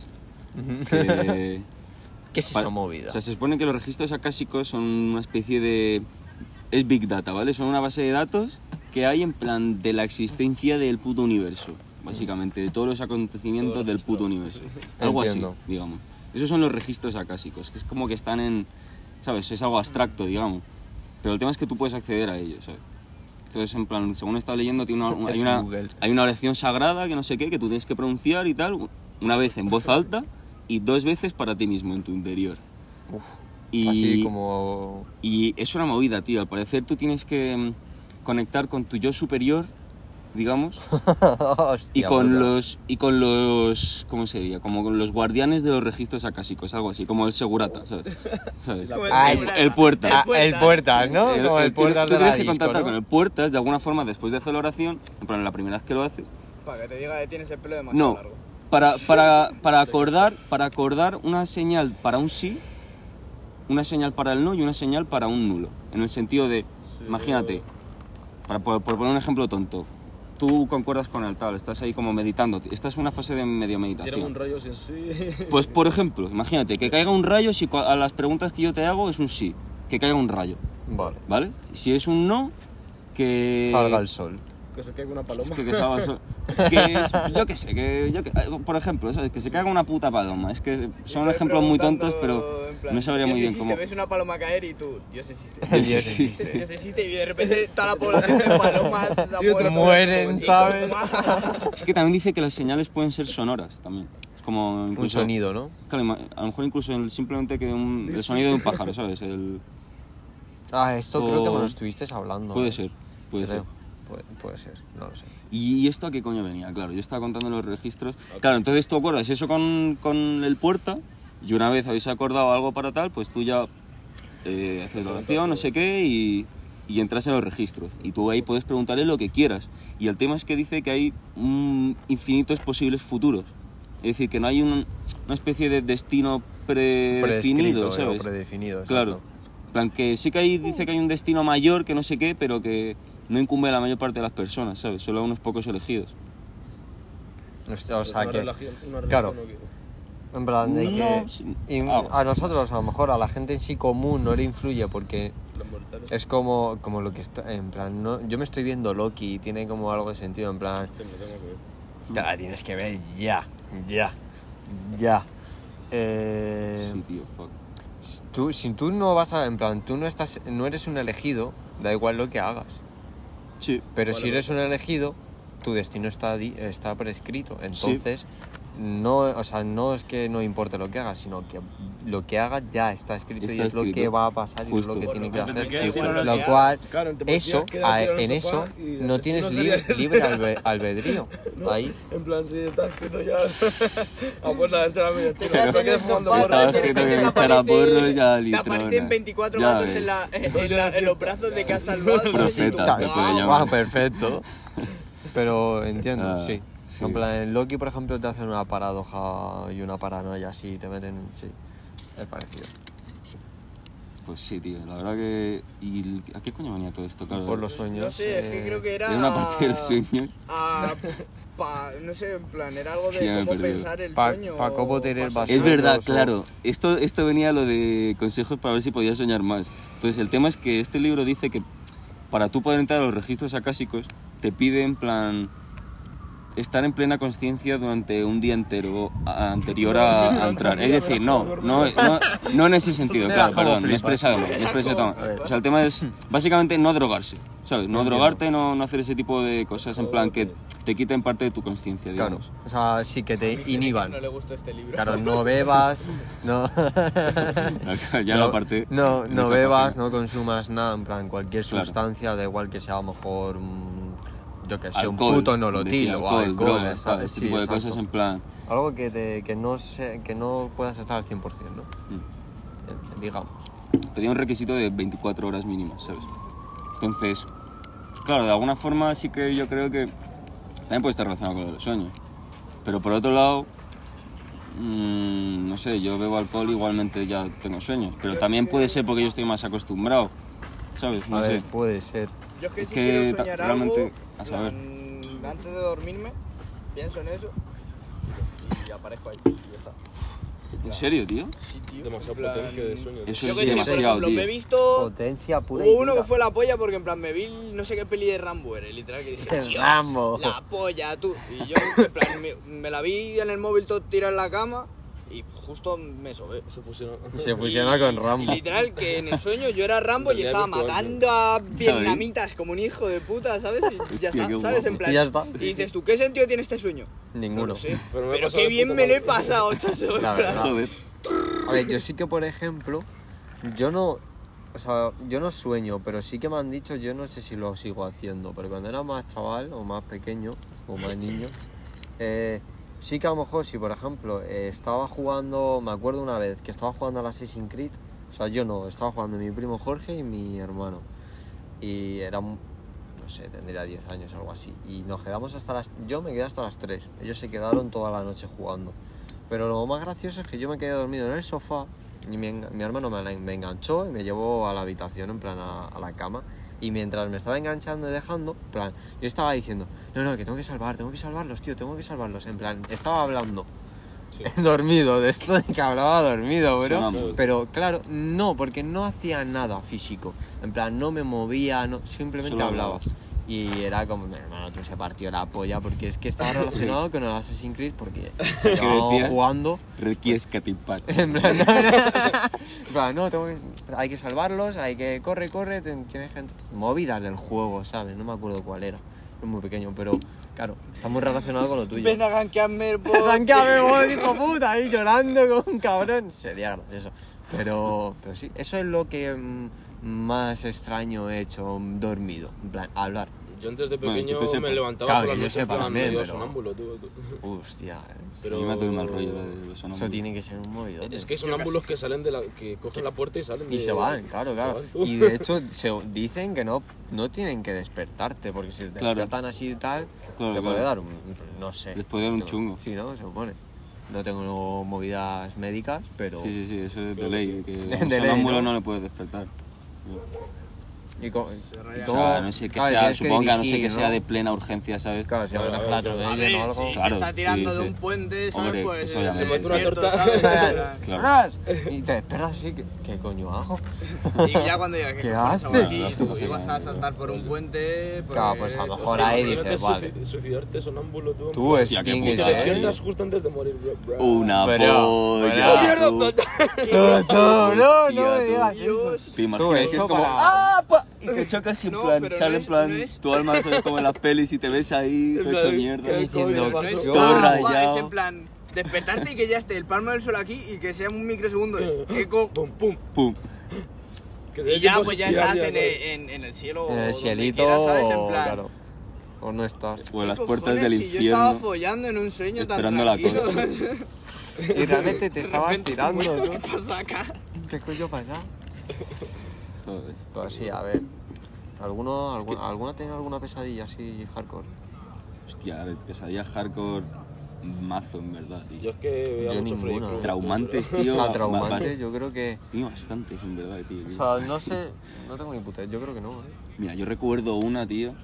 Speaker 4: que-
Speaker 8: ¿Qué es
Speaker 4: Pa-
Speaker 8: esa movida?
Speaker 4: O sea, se supone que los registros acásicos son una especie de... Es Big Data, ¿vale? Son una base de datos que hay en plan de la existencia del puto universo, básicamente, de todos los acontecimientos del puto universo. Algo
Speaker 8: Entiendo.
Speaker 4: así, digamos. Esos son los registros acásicos, que es como que están en... ¿Sabes? Es algo abstracto, digamos. Pero el tema es que tú puedes acceder a ellos, ¿sabes? Entonces, en plan, según estaba leyendo, tiene una- una- hay,
Speaker 8: Es
Speaker 4: una,
Speaker 8: Google.
Speaker 4: hay una oración sagrada que no sé qué, que tú tienes que pronunciar y tal, una vez en voz alta y dos veces para ti mismo, en tu interior.
Speaker 8: Uf,
Speaker 4: Y,
Speaker 8: Así como...
Speaker 4: y es una movida, tío. Al parecer tú tienes que mm, conectar con tu yo superior digamos,
Speaker 8: Hostia,
Speaker 4: y con
Speaker 8: puta.
Speaker 4: los y con los ¿cómo sería? Como con los guardianes de los registros acásicos, algo así, como el segurata, ¿sabes? ¿Sabes?
Speaker 8: Ah,
Speaker 4: El, el puerta.
Speaker 8: Ah, el
Speaker 5: ¿eh?
Speaker 8: puertas, ¿no? Como el
Speaker 4: tú-
Speaker 8: puertas
Speaker 4: tú
Speaker 8: de la
Speaker 4: tienes que
Speaker 8: disco,
Speaker 4: contactar
Speaker 8: ¿no?
Speaker 4: con el puertas de alguna forma después de hacer la oración, en plan la primera vez que lo hace.
Speaker 10: Para que te diga que tienes el pelo demasiado
Speaker 4: No,
Speaker 10: largo.
Speaker 4: para, para, para acordar para acordar una señal para un sí, una señal para el no y una señal para un nulo. En el sentido de, imagínate, para, por, por poner un ejemplo tonto, tú concuerdas con el tal, estás ahí como meditando, esta es una fase de medio
Speaker 9: Tiene un
Speaker 4: meditación.
Speaker 9: rollo sin sí.
Speaker 4: Pues por ejemplo, imagínate que caiga un rayo si cua- a las preguntas que yo te hago es un sí, que caiga un rayo,
Speaker 8: Vale.
Speaker 4: ¿vale? Si es un no, que
Speaker 8: Salga el sol.
Speaker 9: Que se caiga una paloma.
Speaker 4: que, que salga el sol. Que es- yo qué sé, que yo qué- eh, por ejemplo, ¿sabes? que se caiga una puta paloma. Es que son
Speaker 10: Estoy
Speaker 4: ejemplos muy
Speaker 10: preguntando,
Speaker 4: tontos, pero
Speaker 10: en plan,
Speaker 4: no sabría
Speaker 10: Dios
Speaker 4: muy bien
Speaker 10: existe,
Speaker 4: cómo.
Speaker 10: ves una paloma caer y tú, Dios existe.
Speaker 8: Dios
Speaker 4: existe.
Speaker 10: Dios existe y de repente toda la población de palomas la muerte,
Speaker 8: mueren,
Speaker 10: pobrecito.
Speaker 8: ¿sabes?
Speaker 4: Es que también dice que las señales pueden ser sonoras también. Es como
Speaker 8: Un
Speaker 4: incluso,
Speaker 8: sonido, ¿no?
Speaker 4: claro, ima- a lo mejor incluso el- simplemente que un- el sonido de un pájaro, ¿sabes? El-
Speaker 8: Ah, esto creo que me
Speaker 4: O-
Speaker 8: lo estuviste hablando.
Speaker 4: puede
Speaker 8: ¿eh?
Speaker 4: ser, puede
Speaker 8: Creo.
Speaker 4: ser.
Speaker 8: Puede, puede ser, no lo sé.
Speaker 4: ¿Y y esto a qué coño venía? Claro, yo estaba contando los registros. Claro, entonces tú acuerdas eso con, con el puerta y una vez habéis acordado algo para tal, pues tú ya eh, haces la oración, no sé qué, y, y entras en los registros. Y tú ahí puedes preguntarle lo que quieras. Y el tema es que dice que hay mm, infinitos posibles futuros. Es decir, que no hay un- una especie de destino predefinido,
Speaker 8: Prescrito, eh,
Speaker 4: ¿sabes?
Speaker 8: o predefinido.
Speaker 4: Claro.
Speaker 8: exacto. Mm.
Speaker 4: En plan, que sí que hay, dice que hay un destino mayor que no sé qué, pero que no incumbe a la mayor parte de las personas, ¿sabes? Solo a unos pocos elegidos.
Speaker 8: Hostia, O
Speaker 9: Pues
Speaker 8: sea
Speaker 9: una
Speaker 8: que.
Speaker 9: relación- una relación
Speaker 8: claro.
Speaker 9: no quiero.
Speaker 8: En plan, de
Speaker 4: No,
Speaker 8: que.
Speaker 4: sí.
Speaker 8: y
Speaker 4: Vamos.
Speaker 8: a nosotros, a lo mejor, a la gente en sí común no le influye porque
Speaker 9: Los mortales.
Speaker 8: es como, como lo que está. En plan, no, yo me estoy viendo Loki y tiene como algo de sentido. En plan,
Speaker 9: Tengo, tengo que ver.
Speaker 8: te la tienes que ver ya, ya, ya. Eh,
Speaker 4: Sí, tío, fuck.
Speaker 8: si tú, si tú no vas a. En plan, tú no, estás, no eres un elegido, da igual lo que hagas.
Speaker 4: Sí.
Speaker 8: Pero si eres un elegido, tu destino está, di- está prescrito. Entonces, no, o sea, no es que no importe lo que hagas, sino que lo que hagas ya está escrito y
Speaker 4: Está
Speaker 8: es lo que
Speaker 4: escrito.
Speaker 8: va a pasar y es lo
Speaker 4: Justo.
Speaker 8: que tiene que
Speaker 9: Te quedas
Speaker 8: hacer.
Speaker 9: tirado en el
Speaker 8: Lo
Speaker 9: sofá.
Speaker 8: cual,
Speaker 9: Claro, te podías
Speaker 8: eso,
Speaker 9: quedar
Speaker 8: a-
Speaker 9: tirado
Speaker 8: en
Speaker 9: el
Speaker 8: eso
Speaker 9: sofá y el
Speaker 8: no
Speaker 9: destino
Speaker 8: tienes li-
Speaker 9: sería ese.
Speaker 8: libre albe- albedrío. Ahí.
Speaker 9: En plan, sí, está escrito ya. A puerta de la media. Tío, no te quedes fumando
Speaker 10: Vas,
Speaker 4: Estaba
Speaker 9: porros.
Speaker 10: de
Speaker 4: escrito que
Speaker 10: repente
Speaker 4: le echara
Speaker 10: aparece-
Speaker 4: porros ya
Speaker 10: Te aparecen 24 gatos en, la, en, la- en los brazos de casa al
Speaker 4: Profeta, se puede llamar.
Speaker 8: Ah, perfecto. Pero entiendo,
Speaker 4: Ah,
Speaker 8: sí.
Speaker 4: sí.
Speaker 8: En plan, en Loki, por ejemplo, te hacen una paradoja y una paranoia así, te meten. Sí, es parecido.
Speaker 4: Pues sí, tío, la verdad que... ¿Y el- a qué coño venía todo esto? Claro,
Speaker 8: Por los sueños.
Speaker 10: No sé, es que
Speaker 8: eh,
Speaker 10: creo que era.
Speaker 4: Era una parte del sueño.
Speaker 10: a- pa- no sé, en plan, era algo
Speaker 4: Es que ya me
Speaker 10: de
Speaker 4: he
Speaker 10: cómo
Speaker 4: perdido.
Speaker 10: pensar el
Speaker 8: Pa-
Speaker 10: sueño.
Speaker 8: pa' cómo
Speaker 10: o
Speaker 8: tener
Speaker 10: pasar-
Speaker 8: bastante-
Speaker 4: Es verdad,
Speaker 8: Sueños, o-
Speaker 4: claro. Esto, esto venía lo de consejos para ver si podías soñar más. Entonces, el tema es que este libro dice que para tú poder entrar a los registros acásicos, te pide en plan estar en plena conciencia durante un día entero a- anterior a, a entrar. Es decir, no, no, no, no en ese sentido, claro, perdón, me he expresado mal, me he expresado mal. O sea, el tema es básicamente no drogarse, ¿sabes? No drogarte, no, no hacer ese tipo de cosas en plan que te quiten parte de tu conciencia,
Speaker 8: Claro,
Speaker 4: digamos.
Speaker 8: o sea, sí que te inhiban.
Speaker 10: No le gustó este libro.
Speaker 8: Claro, no bebas, no.
Speaker 4: ya
Speaker 8: no,
Speaker 4: la parte...
Speaker 8: No,
Speaker 4: en
Speaker 8: no
Speaker 4: esa
Speaker 8: bebas,
Speaker 4: página.
Speaker 8: no consumas nada, en plan, cualquier
Speaker 4: Claro.
Speaker 8: sustancia, da igual que sea a lo mejor. mm, Yo que sé,
Speaker 4: Alcohol,
Speaker 8: un puto nolotil
Speaker 4: decía,
Speaker 8: o alcohol,
Speaker 4: drogas, tal,
Speaker 8: ¿sabes?
Speaker 4: Ese
Speaker 8: Sí,
Speaker 4: tipo de
Speaker 8: exacto.
Speaker 4: cosas en plan.
Speaker 8: Algo que, te- que, no se- que no puedas estar al 100%, ¿no?
Speaker 4: Mm.
Speaker 8: Eh, Digamos.
Speaker 4: Pedía un requisito de 24 horas mínimas, ¿sabes? Entonces, claro, de alguna forma sí que yo creo que también puede estar relacionado con los sueños. Pero por otro lado, mm, no sé, yo bebo alcohol igualmente ya tengo sueños. Pero también puede ser porque yo estoy más acostumbrado, ¿sabes?
Speaker 8: a
Speaker 4: No
Speaker 8: ver,
Speaker 4: sé.
Speaker 8: puede ser.
Speaker 10: Yo es que
Speaker 4: Es
Speaker 10: si
Speaker 4: que
Speaker 10: quiero
Speaker 4: ta-
Speaker 10: soñar
Speaker 4: realmente,
Speaker 10: algo,
Speaker 4: a saber.
Speaker 10: plan, antes de dormirme, pienso en eso y aparezco ahí. y ya está.
Speaker 4: ¿En serio, tío?
Speaker 10: Sí, tío,
Speaker 9: Demasiado
Speaker 10: en plan-
Speaker 9: potencia de sueño.
Speaker 4: Eso
Speaker 10: Yo
Speaker 4: es
Speaker 10: que sé, por
Speaker 4: demasiado,
Speaker 10: ejemplo,
Speaker 4: tío.
Speaker 10: me he visto.
Speaker 8: Potencia pura y
Speaker 10: Hubo uno
Speaker 8: dura.
Speaker 10: que fue la polla porque en plan me vi no sé qué peli de Rambo era, literal que dije, "Dios,
Speaker 8: Rambo".
Speaker 10: la polla tú. Y yo en plan me, me la vi en el móvil todo tirado en la cama y justo me sobé.
Speaker 9: Se fusionó.
Speaker 8: Se fusiona con Rambo.
Speaker 10: Y literal que en el sueño yo era Rambo y
Speaker 9: Realidad
Speaker 10: estaba
Speaker 9: virtual,
Speaker 10: matando a vietnamitas como un hijo de puta, ¿sabes? Y
Speaker 4: Hostia,
Speaker 10: ya está,
Speaker 4: qué
Speaker 10: ¿sabes?
Speaker 4: guapo.
Speaker 10: En plan.
Speaker 8: Y ya está.
Speaker 10: y dices tú, ¿qué sentido tiene este sueño? No
Speaker 8: Ninguno.
Speaker 10: lo sé.
Speaker 9: Pero
Speaker 10: Pero,
Speaker 9: me he pasado
Speaker 10: qué
Speaker 9: de
Speaker 10: bien
Speaker 9: puta
Speaker 10: me le he
Speaker 9: madre.
Speaker 10: pasado, chacho. en
Speaker 8: La
Speaker 10: plan.
Speaker 8: verdad.
Speaker 4: Joder.
Speaker 8: A ver, yo sí que, por ejemplo, yo no.
Speaker 5: o sea, yo no sueño, pero sí que me han dicho, yo no sé si lo sigo haciendo, pero cuando era más chaval o más pequeño o más niño, eh, sí que a lo mejor si, por ejemplo, eh, estaba jugando, me acuerdo una vez que estaba jugando al Assassin's Creed, o sea, yo no, estaba jugando mi primo Jorge y mi hermano, y era, un- no sé, tendría 10 años algo así, y nos quedamos hasta las, yo me quedé hasta las 3, ellos se quedaron toda la noche jugando. Pero lo más gracioso es que yo me quedé dormido en el sofá y mi, en- mi hermano me, la- me enganchó y me llevó a la habitación, en plan a, a la cama. Y mientras me estaba enganchando y dejando, en plan, yo estaba diciendo, no, no, que tengo que salvar, tengo que salvarlos, tío, tengo que salvarlos. En plan, estaba hablando. dormido, de esto de que hablaba dormido, bro.
Speaker 4: Sonámbulo.
Speaker 5: Pero claro, no, porque no hacía nada físico. En plan, no me movía, no, simplemente
Speaker 4: Solo
Speaker 5: hablaba.
Speaker 4: hablabas.
Speaker 5: Y era como, mi hermano, tú se partió la polla porque es que estaba relacionado con el Assassin's Creed porque estábamos
Speaker 4: decía?
Speaker 5: jugando.
Speaker 4: Requies Catipac.
Speaker 5: En plan, no, no, no, tengo que- hay que salvarlos, hay que corre, corre, ten- tienes gente. Movidas del juego, ¿sabes? No me acuerdo cuál era. Es muy pequeño, pero claro, está muy relacionado con lo tuyo.
Speaker 10: Ven a gankearme el bot.
Speaker 5: Tanqueame, voy, hijo puta, ahí llorando como un cabrón. Sería gracioso. Pero, pero sí, eso es lo que mm, más extraño he hecho mm, dormido. En plan, hablar.
Speaker 3: Yo antes de
Speaker 4: Bueno, que
Speaker 3: pequeño
Speaker 4: tú sepas.
Speaker 3: me levantaba
Speaker 5: Claro,
Speaker 3: por la
Speaker 5: que yo
Speaker 3: noche en
Speaker 5: sepa
Speaker 3: plan
Speaker 5: también,
Speaker 3: medio
Speaker 5: pero-
Speaker 3: sonámbulo, tú. tú.
Speaker 5: Hostia, eh.
Speaker 4: Pero... me mata el mal rollo lo de los
Speaker 5: eso
Speaker 4: sonámbulos.
Speaker 5: tiene que ser un movido.
Speaker 3: Es que hay sonámbulos que salen de la. que cogen la puerta y salen
Speaker 5: Y
Speaker 3: de-
Speaker 5: se van, claro,
Speaker 3: se
Speaker 5: claro.
Speaker 3: van, tú.
Speaker 5: Y de hecho se dicen que no, no tienen que despertarte, porque si te
Speaker 4: Claro.
Speaker 5: despiertan así y tal,
Speaker 4: Claro,
Speaker 5: te puede
Speaker 4: claro.
Speaker 5: dar un, no sé.
Speaker 4: Les puede dar un
Speaker 5: Te-
Speaker 4: chungo.
Speaker 5: Sí, ¿no? Se supone. No tengo movidas médicas, pero...
Speaker 4: Sí, sí, sí, eso es de
Speaker 3: Creo que
Speaker 4: ley.
Speaker 3: sí.
Speaker 4: Que
Speaker 5: De
Speaker 4: un
Speaker 5: ley,
Speaker 4: sonámbulo
Speaker 5: ¿no?
Speaker 4: no le puedes despertar.
Speaker 5: ¿Y co- y
Speaker 4: O
Speaker 5: cómo-
Speaker 4: sea, a no sé que
Speaker 5: claro,
Speaker 4: sea,
Speaker 5: tienes
Speaker 4: supongo que a no sé
Speaker 5: dirigir,
Speaker 4: que sea de plena urgencia, ¿sabes?
Speaker 5: Claro, si
Speaker 3: Claro,
Speaker 5: habrá la
Speaker 3: claro.
Speaker 10: A
Speaker 5: atropellan
Speaker 10: ver,
Speaker 5: o algo...
Speaker 10: si
Speaker 4: Claro,
Speaker 10: se está tirando
Speaker 4: sí,
Speaker 10: de
Speaker 4: sí.
Speaker 10: un puente, ¿sabes?
Speaker 4: Hombre,
Speaker 10: pues
Speaker 4: eso ya
Speaker 10: eh,
Speaker 4: me-
Speaker 10: despierto,
Speaker 3: Le meto una
Speaker 10: ¿sabes?
Speaker 5: Espera,
Speaker 4: Claro.
Speaker 5: ras, Y te esperas así, ¿qué, qué coño hago?
Speaker 10: Y ya cuando digas
Speaker 5: ¿Qué
Speaker 10: que pasa
Speaker 5: haces?
Speaker 10: aquí,
Speaker 4: Bueno,
Speaker 10: tú
Speaker 4: no,
Speaker 5: pues,
Speaker 10: ibas a saltar por un puente, pues...
Speaker 5: Claro, pues a lo
Speaker 10: eso.
Speaker 5: mejor ahí
Speaker 3: Imagínate
Speaker 5: dices,
Speaker 3: suici-
Speaker 5: vale. Pues
Speaker 3: Suicidarte sonámbulo, tú.
Speaker 5: Tú
Speaker 4: Hostia,
Speaker 3: Y
Speaker 4: qué
Speaker 3: te
Speaker 4: puta, ¿eh?
Speaker 5: extingues,
Speaker 3: despiertas justo antes de morir, bro. bro.
Speaker 4: Una
Speaker 5: ¿eh? Pero- pero-
Speaker 4: polla.
Speaker 5: ¡Mierda,
Speaker 4: tú.
Speaker 5: No, no, no, no me
Speaker 4: Hostia, tú.
Speaker 5: digas eso.
Speaker 10: Dios.
Speaker 4: Te imaginas
Speaker 5: Tú,
Speaker 4: que
Speaker 5: eso
Speaker 4: es como...
Speaker 5: para-
Speaker 4: ¡Ah! pa! Y te chocas y en
Speaker 10: No,
Speaker 4: plan,
Speaker 10: pero no
Speaker 4: sale
Speaker 10: es-
Speaker 4: en plan,
Speaker 10: no es-
Speaker 4: tu alma sale como en las pelis y te ves ahí, te hecho mierda.
Speaker 5: Diciendo,
Speaker 10: No es
Speaker 5: yo-
Speaker 4: Todo
Speaker 10: tan guay,
Speaker 4: rayado.
Speaker 10: es en plan... Despertarte y que ya esté el palmo del sol aquí y que sea un microsegundo de eco
Speaker 3: Pum, pum.
Speaker 4: ¡Pum!
Speaker 3: Que te dé
Speaker 10: y ya
Speaker 3: tiempo a
Speaker 10: pues ya
Speaker 3: suspirar,
Speaker 10: estás en
Speaker 3: ¿sabes?
Speaker 10: el, en, en el cielo
Speaker 5: En
Speaker 10: o
Speaker 5: el
Speaker 10: donde
Speaker 5: cielito,
Speaker 10: quieras, ¿sabes? En
Speaker 5: o-
Speaker 10: plan,
Speaker 5: claro. O no estar.
Speaker 4: O en las
Speaker 10: ¿qué
Speaker 4: puertas
Speaker 10: cojones?
Speaker 4: del
Speaker 10: Si yo estaba
Speaker 4: infierno.
Speaker 10: follando en un sueño
Speaker 4: esperando la
Speaker 10: tan tranquilo.
Speaker 5: Y realmente te estabas tirando, ¿no?
Speaker 10: ¿Qué pasa acá?
Speaker 5: ¿Qué coño pasa?
Speaker 4: Joder.
Speaker 5: Pero sí, a ver. ¿Alguno, algu- ¿Alguna tiene alguna pesadilla así hardcore?
Speaker 4: Hostia, a ver, pesadillas hardcore mazo, en verdad,
Speaker 3: Yo
Speaker 4: tío.
Speaker 3: es que veo
Speaker 5: Yo
Speaker 3: mucho Freddy
Speaker 5: ninguna.
Speaker 3: Krueger,
Speaker 4: Traumantes,
Speaker 3: pero-
Speaker 5: O
Speaker 4: tío.
Speaker 5: sea,
Speaker 4: ba-
Speaker 5: traumante,
Speaker 4: bast-
Speaker 5: yo creo que.
Speaker 4: Tío, bastantes, en verdad, tío.
Speaker 5: O sea, no sé. No tengo ni puta. Yo creo que no, ¿eh?
Speaker 4: Mira, yo recuerdo una, tío,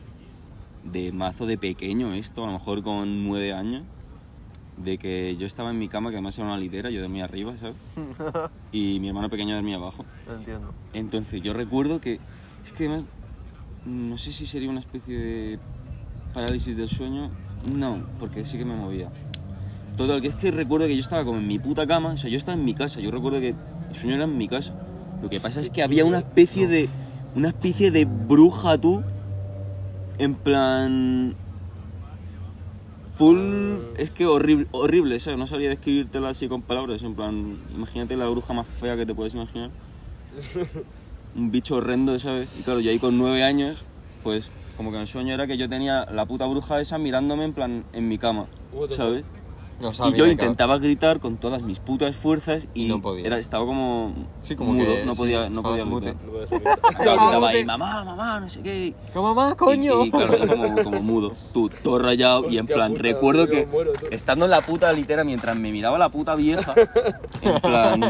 Speaker 4: de mazo de pequeño esto, a lo mejor con nueve años, de que yo estaba en mi cama, que además era una litera, yo dormía arriba, ¿sabes? Y mi hermano pequeño dormía abajo.
Speaker 5: No entiendo.
Speaker 4: Entonces yo recuerdo que, es que además, no sé si sería una especie de parálisis del sueño, no, porque sí que me movía. Total, que es que recuerdo que yo estaba como en mi puta cama, o sea, yo estaba en mi casa, yo recuerdo que el sueño era en mi casa. Lo que pasa es que había una especie de, una especie de bruja tú, en plan... Full, es que horrible, horrible, ¿sabes? No sabría describírtela así con palabras, en plan, imagínate la bruja más fea que te puedes imaginar un bicho horrendo, ¿sabes? Y claro, yo ahí con nueve años, pues como que el sueño era que yo tenía la puta bruja esa mirándome en plan en mi cama,
Speaker 3: What the
Speaker 4: ¿sabes?
Speaker 5: No
Speaker 4: Y yo intentaba gritar con todas mis putas fuerzas y
Speaker 5: No podía.
Speaker 4: Era, estaba como,
Speaker 5: Sí, como
Speaker 4: mudo,
Speaker 5: que
Speaker 4: no
Speaker 5: sí,
Speaker 4: podía, no
Speaker 5: estabas
Speaker 4: podía
Speaker 5: mute.
Speaker 4: gritar.
Speaker 3: No puedes oír.
Speaker 4: Yo gritaba ahí, mamá, mamá, no sé qué.
Speaker 5: ¡Como mamá, coño!
Speaker 4: Y, y claro, yo como, como mudo, tú, todo rayado y en
Speaker 3: Hostia
Speaker 4: plan,
Speaker 3: puta,
Speaker 4: recuerdo
Speaker 3: tío,
Speaker 4: que
Speaker 3: muero, tú.
Speaker 4: estando en la puta litera mientras me miraba la puta vieja, en plan,